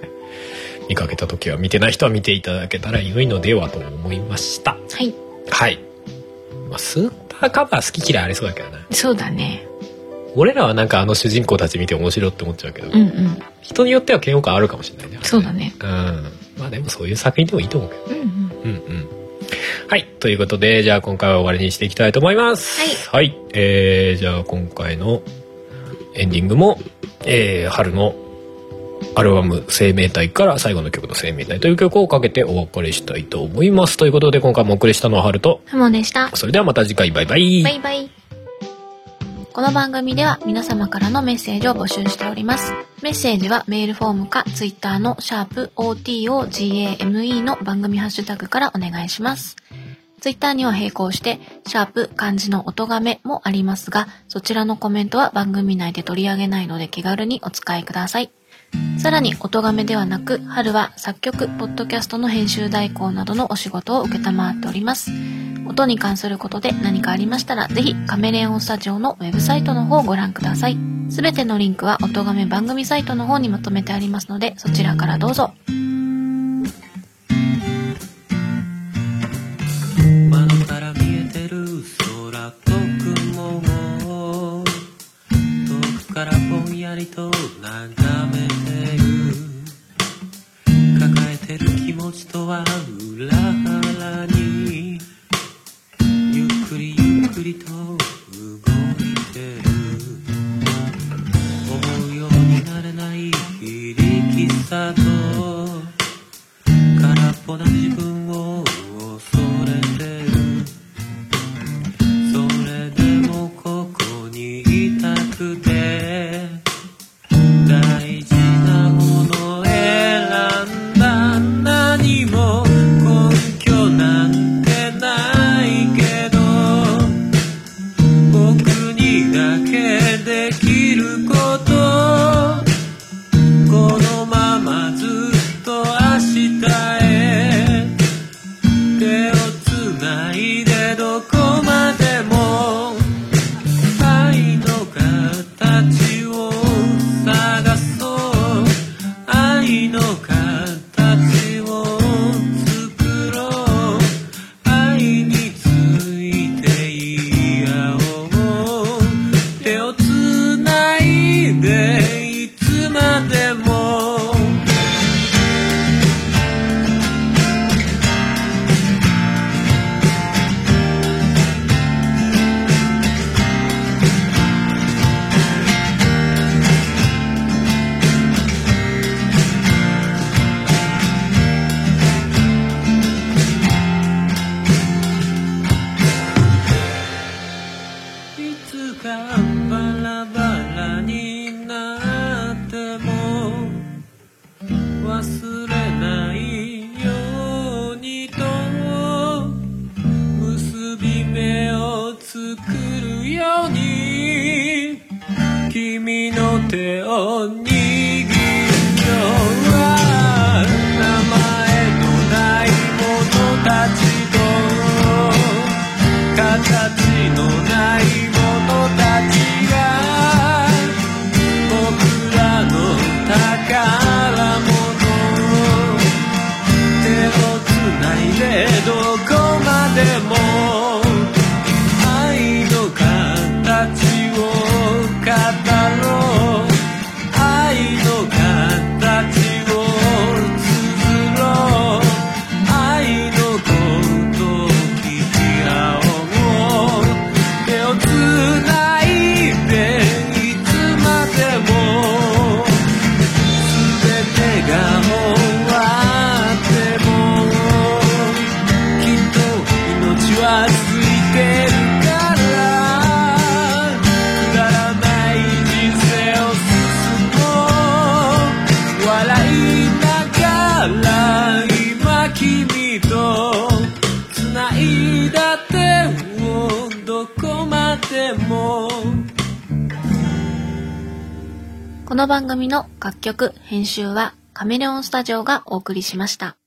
B: 見かけた時は見てない人は見ていただけたら良いのではと思いました
C: はい
B: はい、まあ、スーパーカバー好き嫌いありそうだけどね
C: そうだね
B: 俺らはなんかあの主人公たち見て面白いって思っちゃうけど、
C: うんうん
B: 人によっては嫌悪感あるかもしれないね
C: そうだね
B: うんまあでもそういう作品でもいいと思うけど
C: うんうん
B: うんうんはいということでじゃあ今回は終わりにしていきたいと思いますはい、えー、じゃあ今回のエンディングも、えー、春のアルバム「生命体」から最後の曲の「生命体」という曲をかけてお別れしたいと思いますということで今回もお送りしたのは春と
D: ハモでした。
B: それではまた次回バイバイ、
D: バイバイ。この番組では皆様からのメッセージを募集しております。メッセージはメールフォームか Twitter のシャープ o t o g a m e の番組ハッシュタグからお願いします。Twitter には並行して、シャープ漢字の音がめもありますが、そちらのコメントは番組内で取り上げないので気軽にお使いください。さらに、音がめではなく、春は作曲、ポッドキャストの編集代行などのお仕事を受けたまわっております。音に関することで何かありましたら、ぜひカメレオンスタジオのウェブサイトの方をご覧ください。すべてのリンクは音がめ番組サイトの方にまとめてありますので、そちらからどうぞ。
E: 窓から見えてる空と雲を遠くからぼんやりと眺めてる抱えてる気持ちとは裏腹にゆっくりゆっくりと動いてる思うようになれない非力さと空っぽな自分を恐れてるそれでもここにいたくて大事なもの選んだ何も根拠なんてないけど僕にだけできることこのままずっと明日へ手をつないでどこまでも愛の形を探そう愛の形を作ろう愛についてい合おう手をつないでいつまでもいつかバラバラになっても忘れないようにと結び目を作るように君の手を握る今日は名前のない者たちと「形のないものたちが」「僕らの宝物」「手をつないでどこまでも」「愛の形を語ろう」「愛
C: この番組の楽曲、編集はカメレオンスタジオがお送りしました。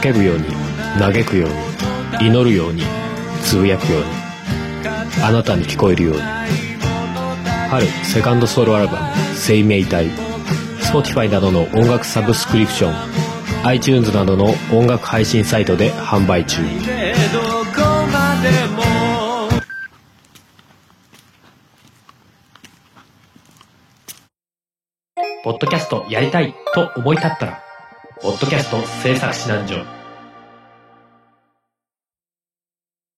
B: 叫ぶように嘆くように祈るようにつぶやくようにあなたに聞こえるように春セカンドソロアルバム「生命体」Spotify などの音楽サブスクリプション iTunes などの音楽配信サイトで販売中
E: でどこまでも
B: ポッドキャストやりたいと思い立ったら「ポッドキャスト制作指南所」